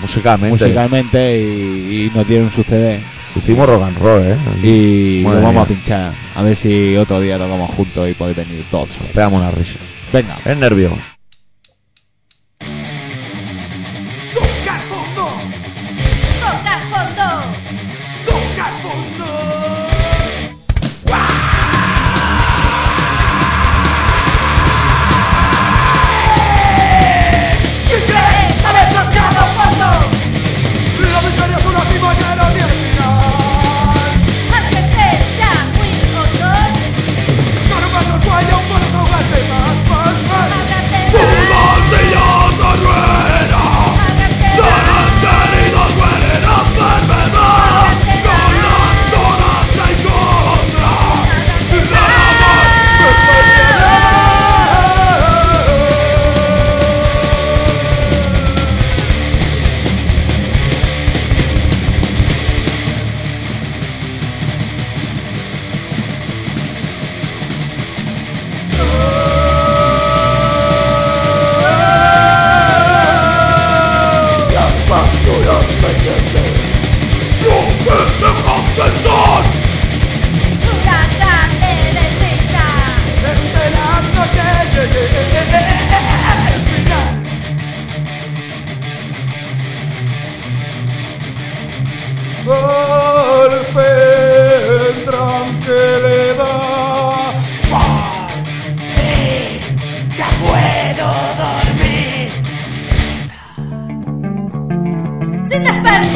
S2: musicalmente.
S1: musicalmente y, y nos dieron su CD.
S2: Hicimos rock and roll, ¿eh?
S1: Y
S2: Madre
S1: lo vamos a
S2: mía.
S1: pinchar. A ver si otro día tocamos juntos y podéis venir todos.
S2: Pegamos una risa.
S1: Venga.
S2: El Nervio.
S5: Tocar fondo,
S6: tocar fondo.
S5: tocar fondo. Si crees
S6: Haber tocado fondo
S5: La miseria es una cimañera ni el final.
S6: antes de ya muy color.
S5: Con un paso al cuello, un paso ahogante, más, más, más.
S6: Ábrate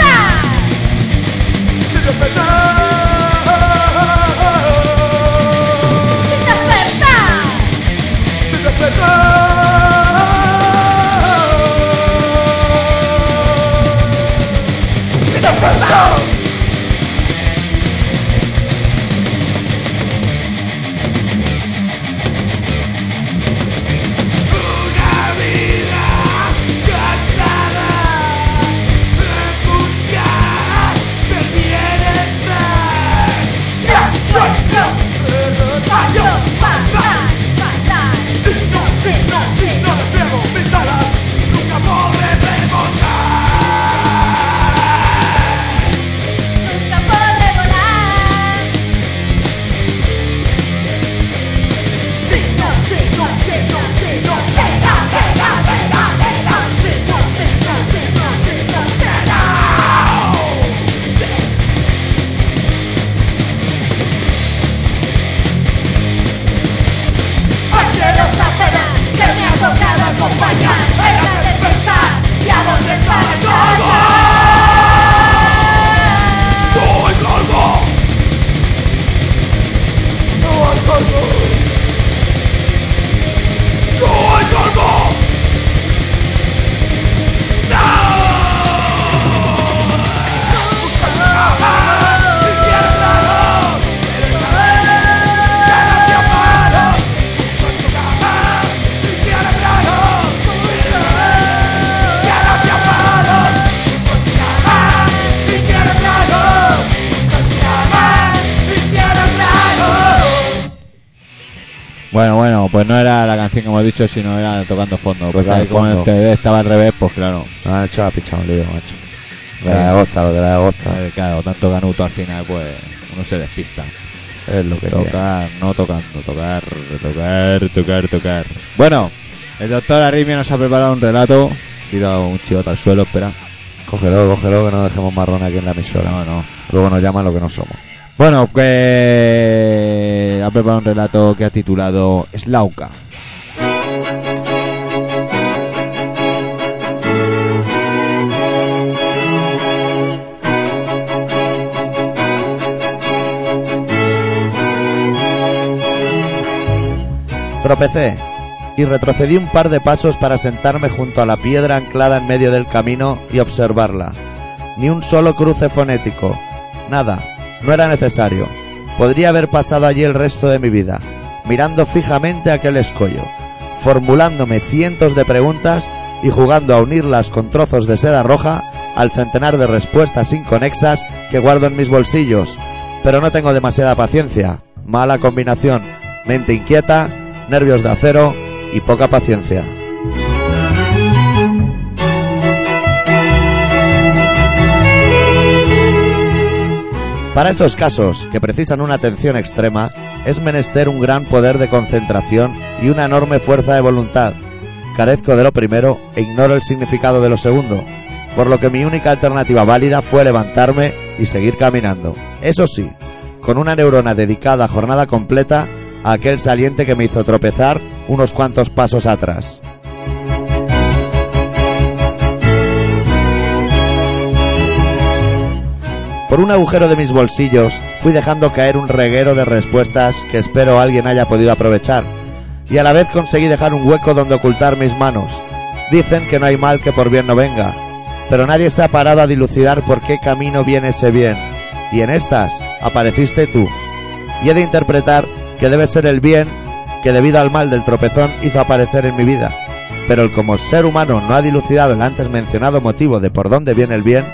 S6: despertar. Sin despertar. Fatal, fatal, fatal. Nunca podré volar. Porque no sabrán que me ha tocado acompañar en la tempestad y a donde está el
S1: Bueno, bueno, pues no era la canción que hemos dicho, sino era tocando fondo. Pues
S2: Tocando
S1: ahí como
S2: fondo.
S1: el CD estaba al revés, pues claro.
S2: Me han hecho la picha un lío, macho. Lo de agosta, lo de la de agosta.
S1: Eh, Claro, tanto canuto al final, pues uno se despista.
S2: Es lo que toca.
S1: Tocar, no tocando, tocar, tocar, tocar, tocar. Bueno, el doctor Arrimia nos ha preparado un relato. Tira un chivote al suelo, espera.
S2: Cógelo, cógelo, que no dejemos marrón aquí en la emisora.
S1: No, no.
S2: Luego nos llaman lo que no somos.
S1: Bueno, pues ha preparado un relato que ha titulado Slauka.
S2: Tropecé y retrocedí un par de pasos para sentarme junto a la piedra anclada en medio del camino y observarla. Ni un solo cruce fonético. Nada, no era necesario. Podría haber pasado allí el resto de mi vida, mirando fijamente aquel escollo, formulándome cientos de preguntas y jugando a unirlas con trozos de seda roja al centenar de respuestas inconexas que guardo en mis bolsillos. Pero no tengo demasiada paciencia. Mala combinación. Mente inquieta, nervios de acero y poca paciencia. Para esos casos que precisan una atención extrema, es menester un gran poder de concentración y una enorme fuerza de voluntad. Carezco de lo primero e ignoro el significado de lo segundo, por lo que mi única alternativa válida fue levantarme y seguir caminando. Eso sí, con una neurona dedicada a jornada completa a aquel saliente que me hizo tropezar unos cuantos pasos atrás. Por un agujero de mis bolsillos fui dejando caer un reguero de respuestas que espero alguien haya podido aprovechar, y a la vez conseguí dejar un hueco donde ocultar mis manos. Dicen que no hay mal que por bien no venga, pero nadie se ha parado a dilucidar por qué camino viene ese bien, y en estas apareciste tú. Y he de interpretar que debe ser el bien que debido al mal del tropezón hizo aparecer en mi vida. Pero el como ser humano no ha dilucidado el antes mencionado motivo de por dónde viene el bien,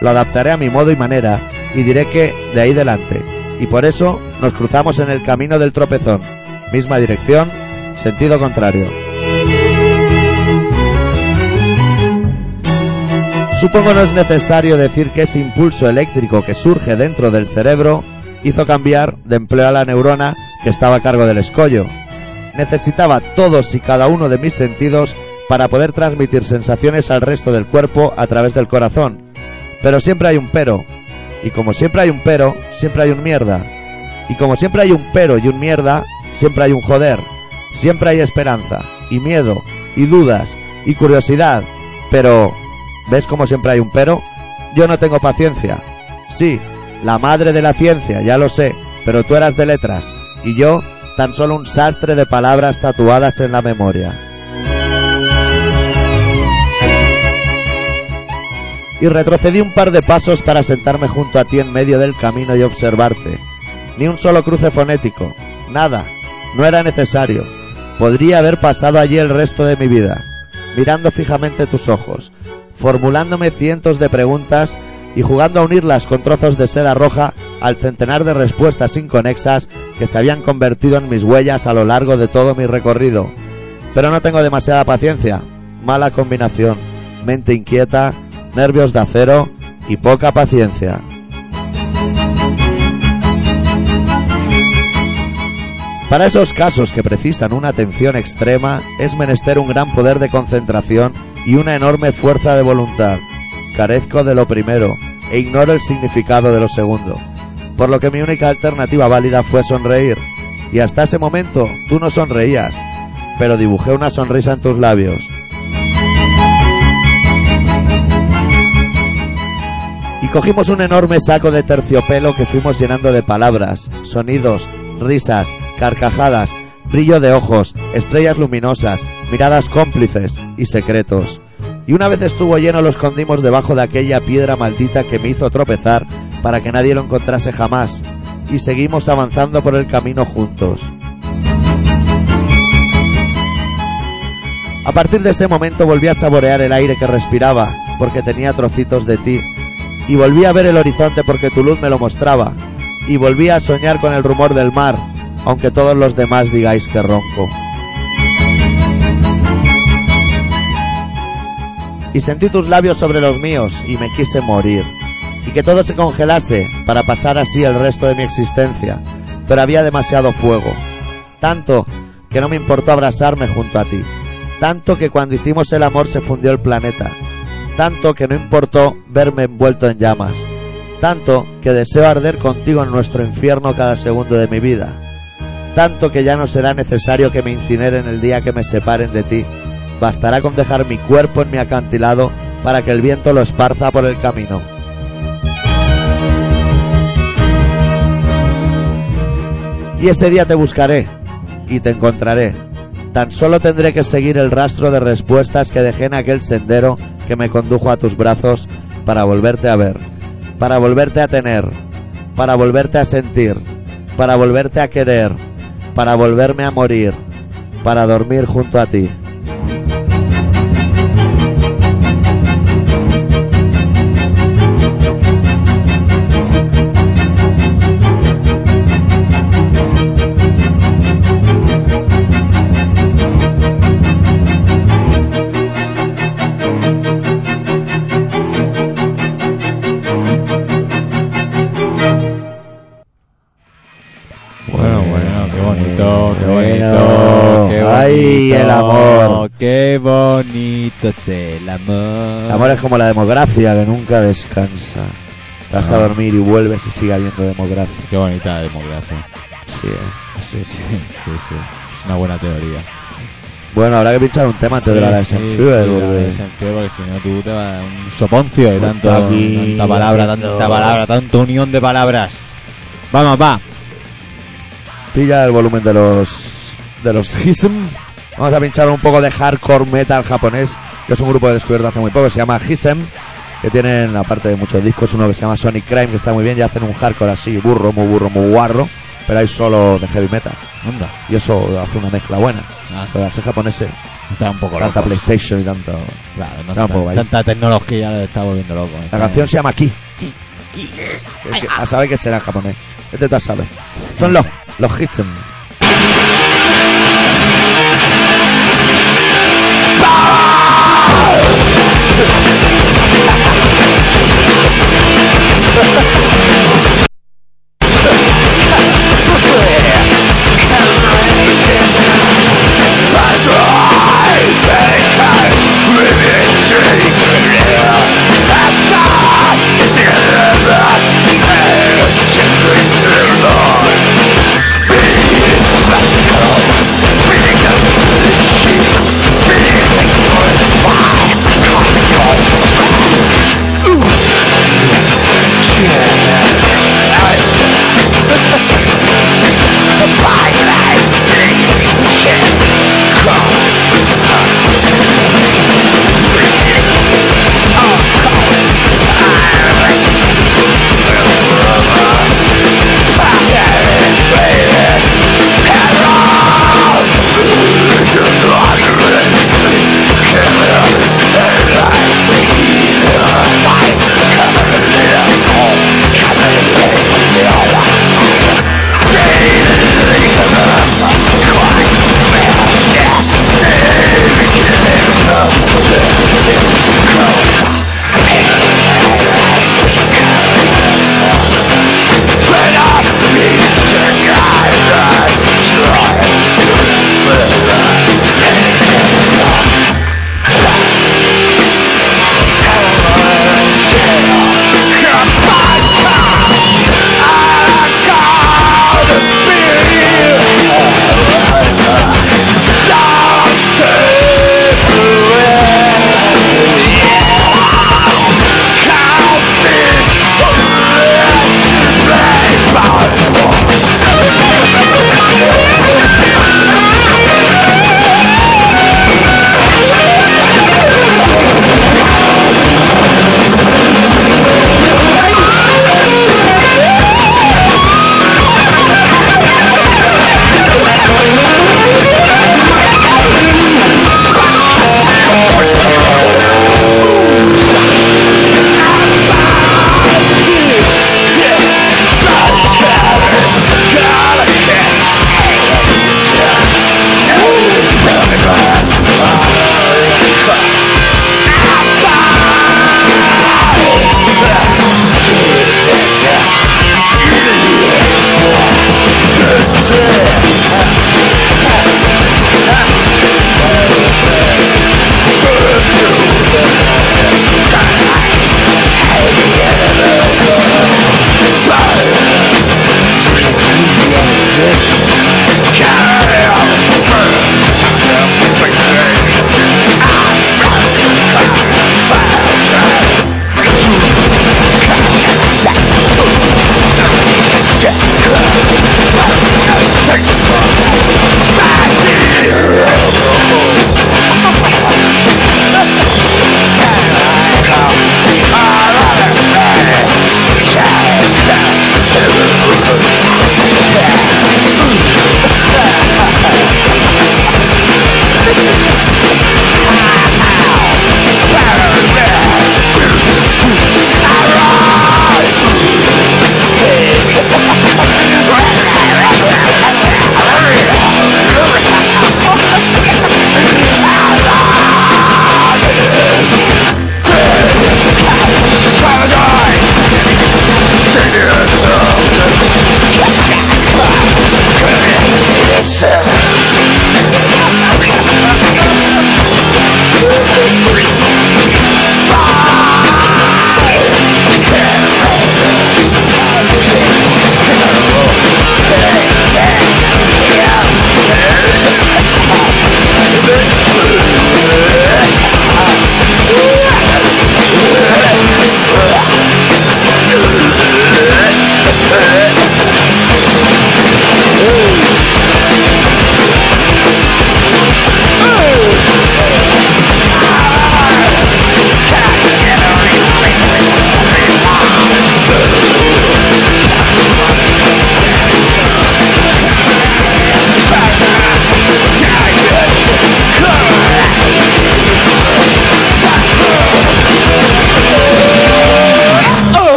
S2: lo adaptaré a mi modo y manera y diré que de ahí delante. Y por eso nos cruzamos en el camino del tropezón. Misma dirección, sentido contrario. Supongo no es necesario decir que ese impulso eléctrico que surge dentro del cerebro hizo cambiar de empleo a la neurona que estaba a cargo del escollo. Necesitaba todos y cada uno de mis sentidos para poder transmitir sensaciones al resto del cuerpo a través del corazón. Pero siempre hay un pero. Y como siempre hay un pero, siempre hay un mierda. Y como siempre hay un pero y un mierda, siempre hay un joder. Siempre hay esperanza, y miedo, y dudas, y curiosidad. Pero, ¿ves como siempre hay un pero? Yo no tengo paciencia. Sí, la madre de la ciencia, ya lo sé, pero tú eras de letras y yo tan solo un sastre de palabras tatuadas en la memoria. Y retrocedí un par de pasos para sentarme junto a ti en medio del camino y observarte. Ni un solo cruce fonético, nada, no era necesario. Podría haber pasado allí el resto de mi vida, mirando fijamente tus ojos, formulándome cientos de preguntas y jugando a unirlas con trozos de seda roja al centenar de respuestas inconexas que se habían convertido en mis huellas a lo largo de todo mi recorrido. Pero no tengo demasiada paciencia. Mala combinación. Mente inquieta, nervios de acero y poca paciencia. Para esos casos que precisan una atención extrema es menester un gran poder de concentración y una enorme fuerza de voluntad. Carezco de lo primero e ignoro el significado de lo segundo, por lo que mi única alternativa válida fue sonreír. Y hasta ese momento tú no sonreías, pero dibujé una sonrisa en tus labios. y cogimos un enorme saco de terciopelo que fuimos llenando de palabras, sonidos, risas, carcajadas, brillo de ojos, estrellas luminosas, miradas cómplices y secretos. Y una vez estuvo lleno lo escondimos debajo de aquella piedra maldita que me hizo tropezar para que nadie lo encontrase jamás. Y seguimos avanzando por el camino juntos. A partir de ese momento volví a saborear el aire que respiraba, porque tenía trocitos de ti, y volví a ver el horizonte porque tu luz me lo mostraba, y volví a soñar con el rumor del mar, aunque todos los demás digáis que ronco. Y sentí tus labios sobre los míos y me quise morir, y que todo se congelase para pasar así el resto de mi existencia, pero había demasiado fuego, tanto que no me importó abrazarme junto a ti, tanto que cuando hicimos el amor se fundió el planeta, tanto que no importó verme envuelto en llamas, tanto que deseo arder contigo en nuestro infierno cada segundo de mi vida, tanto que ya no será necesario que me incineren el día que me separen de ti, bastará con dejar mi cuerpo en mi acantilado para que el viento lo esparza por el camino. Y ese día te buscaré y te encontraré. Tan solo tendré que seguir el rastro de respuestas que dejé en aquel sendero que me condujo a tus brazos para volverte a ver, para volverte a tener, para volverte a sentir, para volverte a querer, para volverme a morir, para dormir junto a ti.
S1: Bueno, bueno, qué bonito, qué
S2: Bueno.
S1: bonito. Qué bonito
S2: Ay, el amor.
S1: Qué bonito es el amor.
S2: El amor es como la democracia que nunca descansa. Vas a
S1: Ah.
S2: dormir y vuelves y sigue habiendo democracia.
S1: Qué bonita la democracia.
S2: Sí, eh.
S1: Sí, sí, sí, sí. Es una buena teoría.
S2: Bueno, habrá que pinchar un tema antes de la hora de San Fieber,
S1: sí, la
S2: porque-
S1: de San Fieber, porque si no tú te vas a un soponcio de
S2: Pues
S1: tanto,
S2: aquí,
S1: tanta palabra,
S2: haciendo-
S1: tanta palabra, tanta unión de palabras. Vamos, va.
S2: Pilla el volumen de los de los Hism. Vamos a pinchar un poco de hardcore metal japonés, que es un grupo descubierto hace muy poco, que se llama Hism, que tienen aparte de muchos discos, uno que se llama Sonic Crime, que está muy bien, y hacen un hardcore así, burro, muy burro, muy guarro, pero hay solo de heavy metal.
S1: Anda.
S2: Y eso hace una mezcla buena.
S1: Ah.
S2: Pero al ser japoneses,
S1: Está un poco
S2: tanta
S1: loco.
S2: PlayStation y tanto.
S1: Claro, no
S2: Está un poco
S1: tanta,
S2: ahí.
S1: tanta tecnología lo está volviendo loco.
S2: La
S1: Está-
S2: canción se llama Ki. Es que- a saber que será en japonés. Este tú sabes. Son los, los Hism.
S5: Let's go!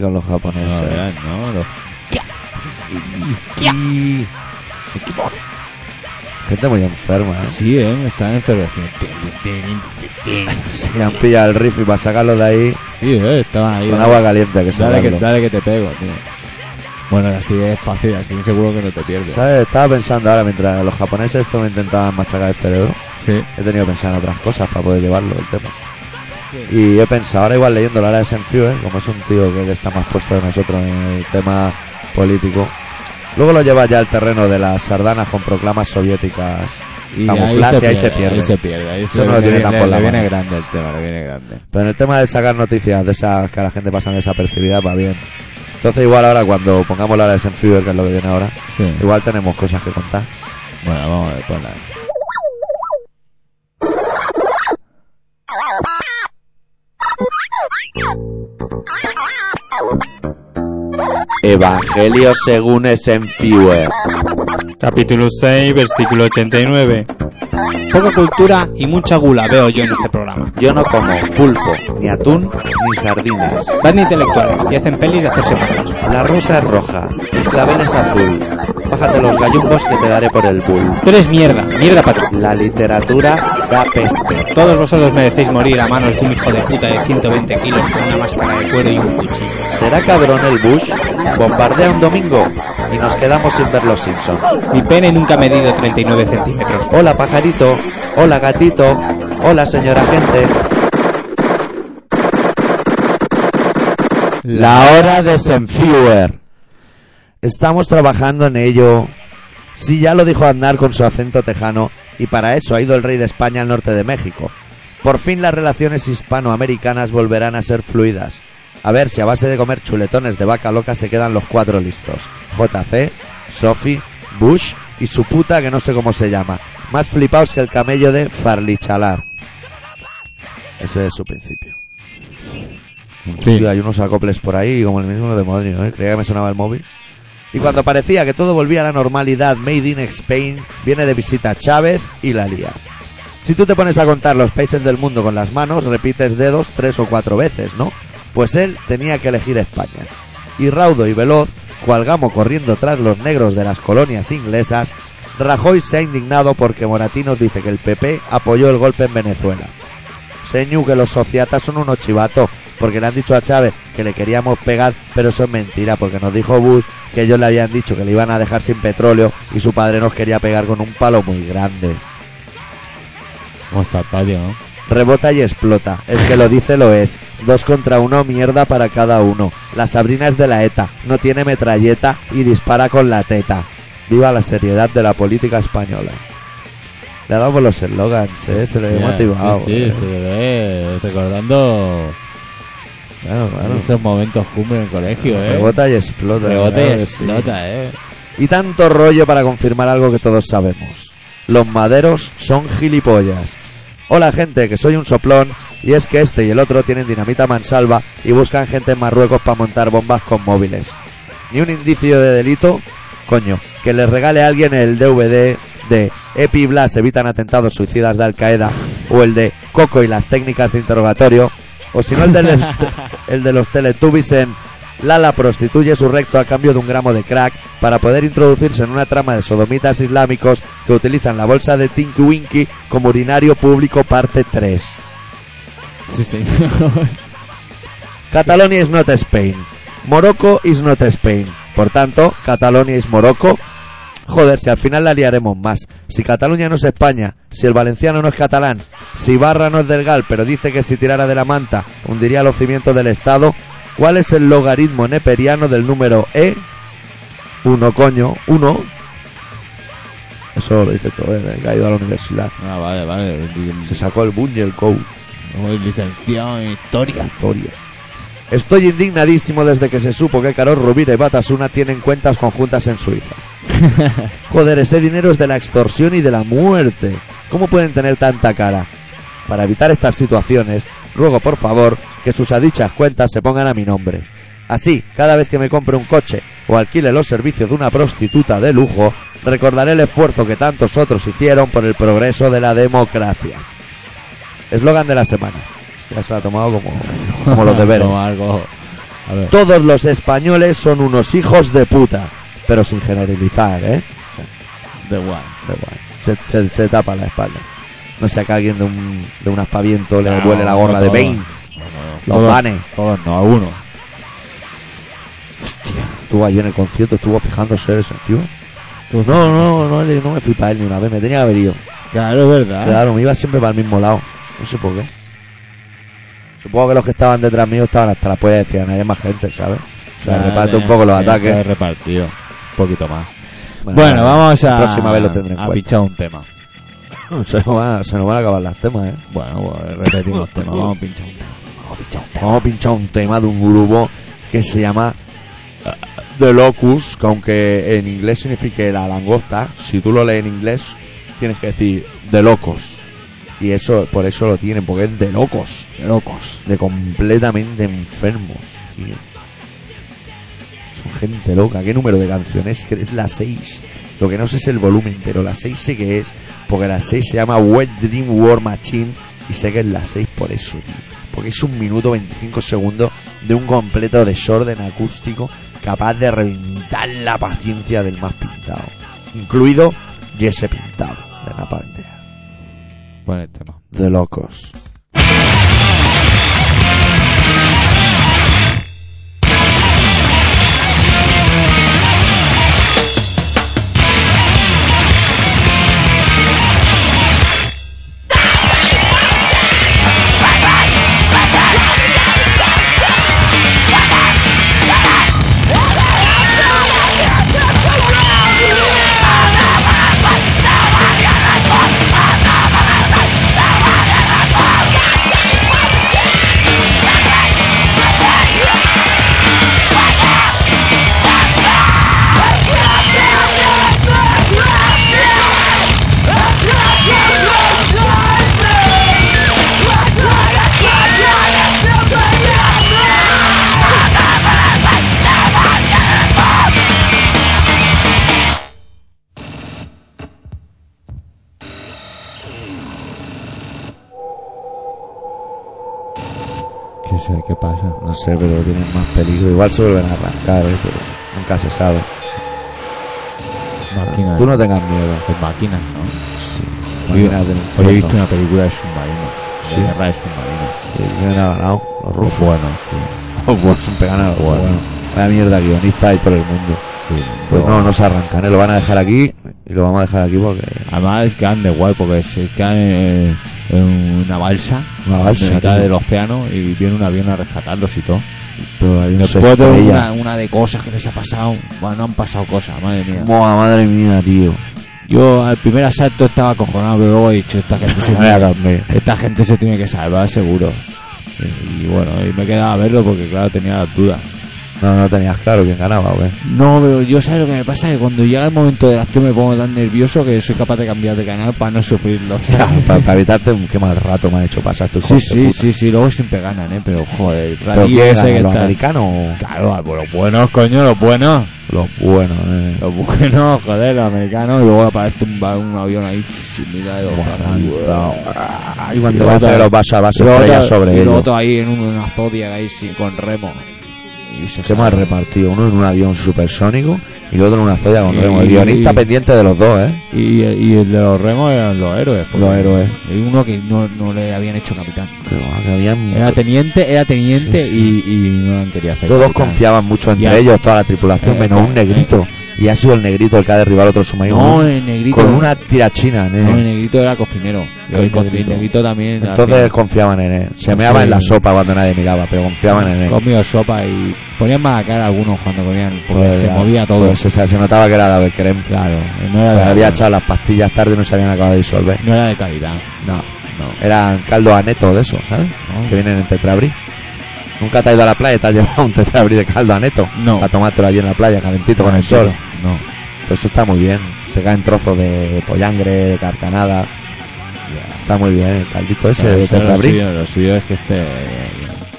S2: con los japoneses.
S1: No, verás, no, no.
S2: Y- Gente muy enferma, ¿eh?
S1: Sí, eh, están enfervecidos.
S2: Sí, han pillado el riff y para sacarlo de ahí
S1: Sí, eh, estaban ahí.
S2: con
S1: dale-
S2: agua caliente que se
S1: Dale que, dale que te pego, tío. Bueno, así es fácil, así seguro que no te pierdes.
S2: ¿Sabes? Estaba pensando ahora mientras los japoneses esto me intentaban machacar el cerebro.
S1: Sí.
S2: He tenido que pensar en otras cosas para poder llevarlo el tema. Y he pensado, ahora igual leyendo la hora de Senfiu, ¿eh? como es un tío que él está más puesto de nosotros en el tema político. Luego lo lleva ya al terreno de las sardanas con proclamas soviéticas.
S1: Y
S2: Camuflaje, ahí se pierde.
S1: Ahí se pierde. ahí
S2: Eso
S1: se-
S2: no lo
S1: le-
S2: tiene
S1: le-
S2: tan
S1: le
S2: por la
S1: viene
S2: mano.
S1: grande el tema, le viene grande.
S2: Pero en el tema de sacar noticias de esas que a la gente pasan desapercibidas, va bien. Entonces igual ahora cuando pongamos la hora de Senfiu, que es lo que viene ahora,
S1: Sí.
S2: igual tenemos cosas que contar.
S1: Bueno, vamos a ver, ponla.
S2: Evangelio según es Senfiu.
S7: Capítulo 6, versículo 89. Poca cultura y mucha gula veo yo en este programa.
S2: Yo no como pulpo, ni atún, ni sardinas.
S7: Van de intelectuales y hacen pelis de hacerse malos.
S2: La rosa es roja, el clavel es azul. Bájate los gallumbos que te daré por el bull.
S7: Tú eres mierda, mierda para ti.
S2: La literatura da peste.
S7: Todos vosotros merecéis morir a manos de un hijo de puta de 120 kilos con una máscara de cuero y un cuchillo.
S2: ¿Será cabrón el Bush? Bombardea un domingo y nos quedamos sin ver los Simpsons.
S7: Mi pene nunca ha medido 39 centímetros.
S2: Hola pajarito, hola gatito, hola señora gente. La hora de Senfuer. Estamos trabajando en ello. Sí, ya lo dijo Aznar con su acento tejano, y para eso ha ido el rey de España al norte de México. Por fin las relaciones hispanoamericanas volverán a ser fluidas. A ver si a base de comer chuletones de vaca loca se quedan los cuatro listos. JC, Sophie, Bush y su puta que no sé cómo se llama. Más flipaos que el camello de Farlichalar. Ese es su principio. Hostia, hay unos acoples por ahí, como el mismo de Modrio, ¿eh? Creía que me sonaba el móvil. Y cuando parecía que todo volvía a la normalidad, Made in Spain viene de visita Chávez y la lía. Si tú te pones a contar los países del mundo con las manos, repites dedos tres o cuatro veces, ¿no? Pues él tenía que elegir España. Y raudo y veloz, cual gamo corriendo tras los negros de las colonias inglesas, Rajoy se ha indignado porque Moratinos dice que el PP apoyó el golpe en Venezuela. Señu, que los sociatas son unos chivatos, porque le han dicho a Chávez que le queríamos pegar, pero eso es mentira, porque nos dijo Bush que ellos le habían dicho que le iban a dejar sin petróleo y su padre nos quería pegar con un palo muy grande.
S1: ¿Cómo está el patio, no?
S2: Rebota y explota. El que lo dice lo es. Dos contra uno, mierda para cada uno. La Sabrina es de la ETA, no tiene metralleta y dispara con la teta. Viva la seriedad de la política española. Le ha dado por los eslogans, ¿eh? Se le
S1: Ya,
S2: ha motivado.
S1: Sí, sí,
S2: ¿eh?
S1: se le ve recordando
S2: Claro, claro.
S1: esos momentos cumbre en el colegio, eh.
S2: Rebota y explota.
S1: Rebote
S2: claro
S1: y
S2: que sí.
S1: explota, eh.
S2: Y tanto rollo para confirmar algo que todos sabemos. Los maderos son gilipollas. Hola gente, que soy un soplón y es que este y el otro tienen dinamita mansalva y buscan gente en Marruecos para montar bombas con móviles. Ni un indicio de delito, coño, que les regale a alguien el DVD de Epi Blas evitan atentados suicidas de Al Qaeda o el de Coco y las técnicas de interrogatorio o si no el de, les- el de los Teletubbies en Lala prostituye su recto a cambio de un gramo de crack para poder introducirse en una trama de sodomitas islámicos que utilizan la bolsa de Tinky Winky como urinario público parte 3.
S1: Sí, señor.
S2: Catalonia is not Spain. Morocco is not Spain. Por tanto, Catalonia is Morocco. Joder, si al final la liaremos más. Si Cataluña no es España, si el valenciano no es catalán, si Barra no es del Gal, pero dice que si tirara de la manta hundiría los cimientos del Estado, ¿cuál es el logaritmo neperiano del número E? Uno, coño, uno. Eso lo dice todo, eh, que ha ido a la universidad.
S1: Ah, vale, vale.
S2: Se sacó el buñe, el cou.
S1: Muy licenciado en historia.
S2: Historia. Estoy indignadísimo desde que se supo que Carol Rubira y Batasuna tienen cuentas conjuntas en Suiza. Joder, ese dinero es de la extorsión y de la muerte. ¿Cómo pueden tener tanta cara? Para evitar estas situaciones, ruego por favor que sus adichas cuentas se pongan a mi nombre. Así, cada vez que me compre un coche o alquile los servicios de una prostituta de lujo, recordaré el esfuerzo que tantos otros hicieron por el progreso de la democracia. Eslogan de la semana. Ya se lo ha tomado como, como los deberes.
S1: Como algo A ver.
S2: Todos los españoles son unos hijos de puta. Pero sin generalizar, ¿eh?
S1: The One.
S2: Da igual. Se, se- se tapa la espalda. No sea que alguien de un, de un aspaviento le
S1: No,
S2: vuele la gorra
S1: no
S2: de
S1: todos.
S2: Bane. Los
S1: Todos-
S2: bane.
S1: Todos no, algunos.
S2: Estuvo allí en el concierto, estuvo fijándose eso encima. Pues no, no, no, no, me fui para él ni una vez, me tenía que haber ido.
S1: Claro, es verdad.
S2: Claro, me iba siempre para el mismo lado. No sé por qué. Supongo que los que estaban detrás mío estaban hasta la polla y decían, hay más gente, ¿sabes? O sea,
S1: Nada,
S2: reparte un
S1: tenía-
S2: poco los
S1: tenía que haber
S2: ataques.
S1: repartido un poquito más. Bueno, vamos a.
S2: La próxima vez lo tendré en
S1: A
S2: cuenta.
S1: pinchar un tema.
S2: Se nos, van, a- se nos van a acabar las temas, ¿eh?
S1: Bueno, pues repetimos tema. Vamos a pinchar un tema. Vamos a pinchar un tema.
S2: Vamos a pinchar un tema de un grupo que se llama eh, The Locust, que aunque en inglés signifique la langosta, si tú lo lees en inglés, tienes que decir The Locos. Y eso, por eso lo tienen, porque es de locos,
S1: De locos.
S2: de completamente enfermos, tío. Son gente loca. ¿Qué número de canciones? Que es la 6. Lo que no sé es el volumen, pero la 6 sé que es, porque la 6 se llama Wet Dream War Machine y sé que es la 6 por eso, tío. Porque es un minuto 25 segundos de un completo desorden acústico capaz de reventar la paciencia del más pintado. Incluido Jesse Pintado, de la parte
S1: Pon el tema.
S2: de locos.
S1: ¿Qué, sé, ¿Qué pasa?
S2: No sé, pero tienen más peligro. Igual se vuelven a arrancar, ¿eh? pero nunca se sabe.
S1: Máquinas.
S2: Tú no tengas miedo.
S1: Pues máquinas, ¿no?
S2: Máquinas del infierno.
S1: Hoy he visto una película de submarinos.
S2: Sí.
S1: De guerra de submarinos.
S2: Sí, ¿quién ha ganado? Los rusos.
S1: Bueno,
S2: Los buenos son peganos.
S1: Bueno.
S2: Bueno. Vaya mierda guionista hay por el mundo.
S1: sí.
S2: Pues no, no se arrancan, ¿eh? Lo van a dejar aquí y lo vamos a dejar aquí porque...
S1: Además quedan de guay porque se quedan en, en una balsa,
S2: Una balsa,
S1: en mitad
S2: tío.
S1: del océano y viene un avión a rescatarlos y todo.
S2: Pero hay un
S1: Después de
S2: estrella.
S1: una, una de cosas que les ha pasado, bueno, no han pasado cosas, madre mía.
S2: Moa, madre mía, tío.
S1: Yo al primer asalto estaba acojonado, pero luego he dicho, esta gente se,
S2: Me voy a dormir.
S1: esta gente se tiene que salvar seguro. Y, y bueno, y me quedaba a verlo porque claro tenía las dudas.
S2: No, no tenías claro quién ganaba, ¿o qué?
S1: No, pero yo sabes lo que me pasa, que cuando llega el momento de la acción me pongo tan nervioso que soy capaz de cambiar de canal para no sufrirlo.
S2: para, para evitarte un qué mal rato me han hecho pasar tú.
S1: Sí, sí, sí, sí, luego siempre ganan, ¿eh? Pero, joder,
S2: ¿Pero
S1: ratillo
S2: quién
S1: ese
S2: gana,
S1: que
S2: los
S1: está-
S2: americanos o
S1: Claro, ah, pues los buenos, coño, los buenos.
S2: los buenos? Eh?
S1: Los buenos, joder, los americanos. Y luego aparece un, ba- un avión ahí, shh, mira, y los
S2: Buah, lanzado.
S1: Ah,
S2: Y cuando
S1: luego
S2: vas a
S1: otra-
S2: hacer los vas a vas
S1: y luego
S2: estrellas
S1: otra-
S2: sobre
S1: Y luego
S2: ellos.
S1: otro ahí en un- una zodia ahí, sí, con remo. Y se
S2: Se me ha
S1: sale.
S2: repartido uno en un avión supersónico y el otro en una zoya con
S1: Y-
S2: remo. El guionista
S1: y-
S2: pendiente de los dos, ¿eh?
S1: Y, y el de los remos eran los héroes. porque
S2: Los héroes.
S1: Hay uno que no, no le habían hecho capitán.
S2: Que va, que habían-
S1: Era teniente, era teniente
S2: Sí, sí.
S1: Y, y no han querido hacer
S2: Todos
S1: capitán.
S2: confiaban mucho entre
S1: Ya.
S2: ellos, toda la tripulación,
S1: Eh,
S2: menos un
S1: eh,
S2: negrito. Y ha sido el negrito el que ha derribado al otro submarino.
S1: No, el negrito.
S2: Con una tirachina, ¿eh?
S1: No, el negrito era cocinero.
S2: Era
S1: el,
S2: el
S1: co- el
S2: negrito.
S1: negrito. también. hacía-
S2: Entonces confiaban en él. Se meaba
S1: Sí.
S2: en la sopa cuando nadie miraba, pero confiaban en él.
S1: comía sopa y ponían mala cara algunos cuando comían, porque
S2: Pues
S1: se
S2: era-
S1: movía todo.
S2: pues se, se notaba que era de Abercrem.
S1: claro, no era, de,
S2: Había echado las pastillas tarde y no se habían acabado de disolver.
S1: no era de calidad.
S2: No.
S1: No.
S2: Eran caldo aneto de eso, ¿sabes?
S1: No.
S2: Que vienen en tetrabrí. Nunca te has ido a la playa y te has llevado un tetrabrí de caldo aneto.
S1: No.
S2: Para tomártelo allí en la playa, calentito con el sol.
S1: No.
S2: Pues eso está muy bien. Te caen trozos de pollangre, de carcanada. Está muy bien el caldito ese
S1: Pero
S2: de
S1: eso lo,
S2: tetrabrí.
S1: suyo, lo suyo es que esté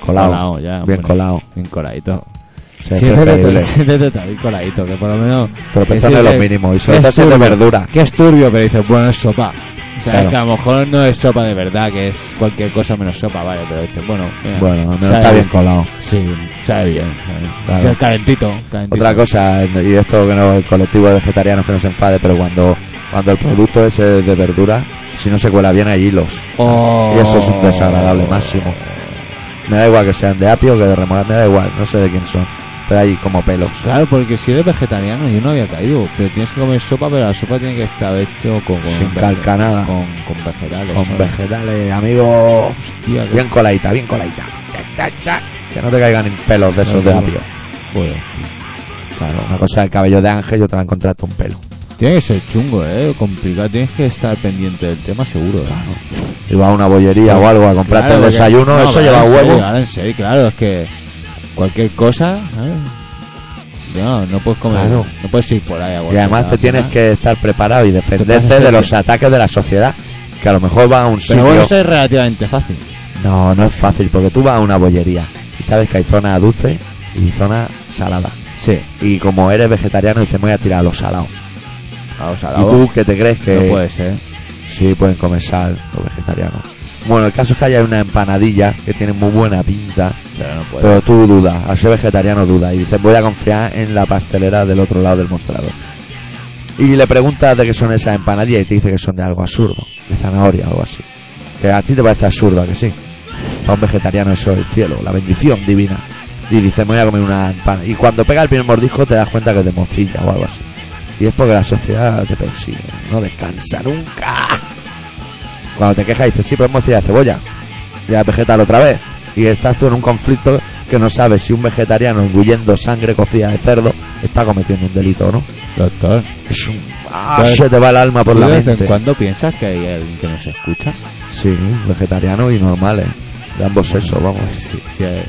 S2: Colado.
S1: ya,
S2: Bien
S1: hombre,
S2: colado.
S1: Bien coladito.
S2: Sí, es pues,
S1: Siéntete-
S2: preferible.
S1: siéntete también coladito, que por lo menos.
S2: Pero
S1: que
S2: pensando en
S1: siempre-
S2: lo mínimo. Y sobre
S1: que
S2: todo
S1: es
S2: si es de
S1: turbio.
S2: verdura.
S1: Que es turbio, pero dices, bueno, es sopa. O sea,
S2: Claro.
S1: es que a lo mejor no es sopa de verdad, que es cualquier cosa menos sopa, vale, pero dices, bueno, mira,
S2: Bueno, al menos
S1: sabe
S2: está bien colado.
S1: Sí, sabe bien. sabe bien.
S2: Claro.
S1: O sea, calentito, calentito.
S2: Otra cosa, y esto que no el colectivo de vegetarianos que no se enfade, pero cuando, cuando el producto es eh, de verdura, si no se cuela bien hay hilos.
S1: Oh.
S2: Y eso es un desagradable máximo. Me da igual que sean de apio o que de remolacha, me da igual, no sé de quién son. Pero hay como pelos.
S1: Claro, porque si eres vegetariano, yo no había caído. Pero tienes que comer sopa, pero la sopa tiene que estar hecho con... con
S2: Sin
S1: vege-
S2: calcanada.
S1: Con, con vegetales.
S2: Con
S1: ¿sabes?
S2: vegetales, amigo.
S1: Hostia, que...
S2: Bien coladita, bien coladita. Tac, tac, tac. Que no te caigan en pelos de esos de apio.
S1: Joder.
S2: Claro, una cosa es el cabello de ángel y otra encontrarte un pelo.
S1: Tiene que ser chungo, eh, complicado. Tienes que estar pendiente del tema seguro, eh.
S2: Y vas a una bollería o algo a comprarte
S1: Claro,
S2: el
S1: porque-
S2: desayuno,
S1: no,
S2: eso
S1: pero
S2: lleva
S1: en serio,
S2: huevo.
S1: ahora en serio, claro, es que cualquier cosa, ¿sabes? No, no puedes comer,
S2: Claro.
S1: no puedes ir por ahí a
S2: Y además te
S1: cualquier
S2: tienes
S1: cosa.
S2: que estar preparado y
S1: Te
S2: defenderte
S1: pasa
S2: de los
S1: siempre.
S2: ataques de la sociedad. Que a lo mejor va a un
S1: eh, Pero
S2: sitio.
S1: bueno, eso es relativamente fácil.
S2: No, no es fácil, porque tú vas a una bollería y sabes que hay zona dulce y zona salada.
S1: Sí.
S2: Y como eres vegetariano, dices, me voy a tirar a los salados.
S1: A los
S2: ¿Y tú eh, qué te crees que.?
S1: No puede ser.
S2: Sí, pueden comer sal los vegetarianos. Bueno, el caso es que hay una empanadilla que tiene muy buena pinta,
S1: Pero no puede.
S2: pero tú dudas, al ser vegetariano dudas, y dices, voy a confiar en la pastelera del otro lado del mostrador. Y le preguntas de qué son esas empanadillas y te dice que son de algo absurdo, de zanahoria o algo así. Que a ti te parece absurdo, ¿a que sí? Para un vegetariano eso es el cielo, la bendición divina. Y dices, me voy a comer una empanada. Y cuando pega el primer mordisco te das cuenta que te moncilla o algo así. Y es porque la sociedad te persigue, no descansa nunca. Cuando te quejas dices, sí, pero es morcilla de cebolla. Ya vegetal otra vez. Y estás tú en un conflicto que no sabes si un vegetariano engullendo sangre cocida de cerdo está cometiendo un delito o no.
S1: Doctor,
S2: Es un... Ah,
S1: Claro.
S2: se te va el alma por
S1: ¿tú
S2: la
S1: de vez en
S2: mente.
S1: cuando piensas que hay alguien que nos escucha?
S2: Sí, vegetariano y normales. De ambos sexos, vamos.
S1: Sí, sí, eh,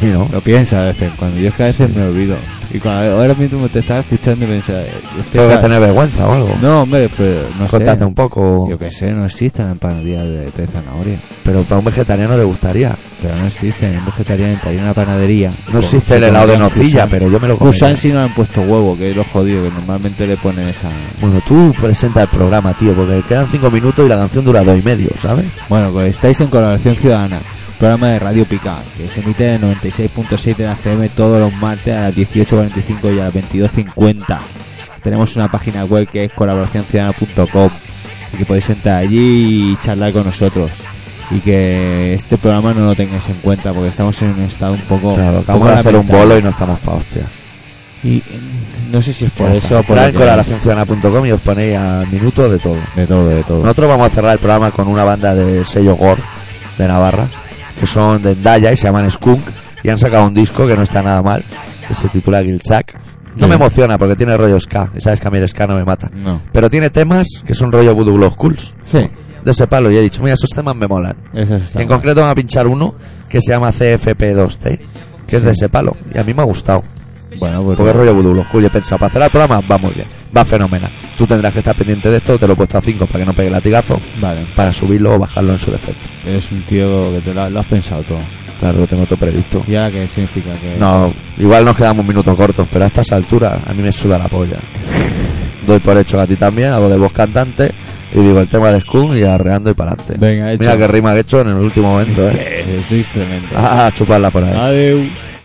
S2: Sí, ¿no?
S1: lo piensa de vez en cuando. Yo es que a veces me olvido. Y cuando ahora mismo te estaba escuchando y pensaba... eh, este
S2: Tengo que
S1: sabe-
S2: tener vergüenza o algo.
S1: No, hombre, pero no
S2: Contate
S1: sé.
S2: un poco.
S1: Yo que sé, no existen empanadillas de, de zanahoria.
S2: Pero para un vegetariano le gustaría.
S1: Pero no existen, en vegetariano hay una panadería.
S2: No existe el helado de nocilla, pero yo me lo comería.
S1: Kusan si Pues no le han puesto huevo, que es lo jodido, que normalmente le ponen esa...
S2: Bueno, tú presenta el programa, tío, porque quedan cinco minutos y la canción dura dos y medio, ¿sabes?
S1: Bueno, pues estáis en Colaboración Ciudadana, programa de Radio Pica, que se emite en 96.6 de la FM todos los martes a las 18.45 y a las 22.50. Tenemos una página web que es colaboracionciudadana.com y que podéis entrar allí y charlar con nosotros. Y que este programa no lo tengáis en cuenta porque estamos en un estado un poco...
S2: Claro,
S1: poco
S2: acabamos de hacer un
S1: lamentable.
S2: bolo y no estamos pa' hostia.
S1: Y mm, no sé si es por eso o por
S2: Entrad
S1: el
S2: en colaboracionciudadana.com y os ponéis al minuto de todo.
S1: De todo, de todo.
S2: Nosotros vamos a cerrar el programa con una banda de sello Gore de Navarra, que son de Endaya y se llaman Skunk, y han sacado un disco que no está nada mal, que se titula Gilchak. No
S1: Sí.
S2: me emociona porque tiene rollo ska, y sabes que a mí el ska no me mata.
S1: No.
S2: Pero tiene temas que son rollo Voodoo Glow Cools,
S1: Sí,
S2: de ese palo, y he dicho, mira, esos temas me molan.
S1: eso está.
S2: En
S1: mal.
S2: concreto van a pinchar uno que se llama CFP2T, que es de ese palo, y a mí me ha gustado.
S1: Bueno, pues...
S2: Porque es rollo Voodoo Glow Cool, y he pensado, para hacer el programa va muy bien, va fenomenal. Tú tendrás que estar pendiente de esto, te lo he puesto a 5 para que no pegue latigazo
S1: Vale,
S2: para subirlo o bajarlo en su defecto.
S1: eres un tío que te lo, lo has pensado todo.
S2: Claro, lo tengo todo previsto.
S1: ¿Y ahora qué significa? que
S2: No, igual nos quedamos un minuto cortos, pero a estas alturas a mí me suda la polla. Doy por hecho que a ti también, hago de voz cantante y digo el tema de Skunk y arreando y para adelante.
S1: Venga, hecho.
S2: Mira qué rima que he hecho en el último momento,
S1: Es
S2: ¿eh?
S1: que sois tremendo.
S2: Ah, chuparla por ahí.
S1: Adeu.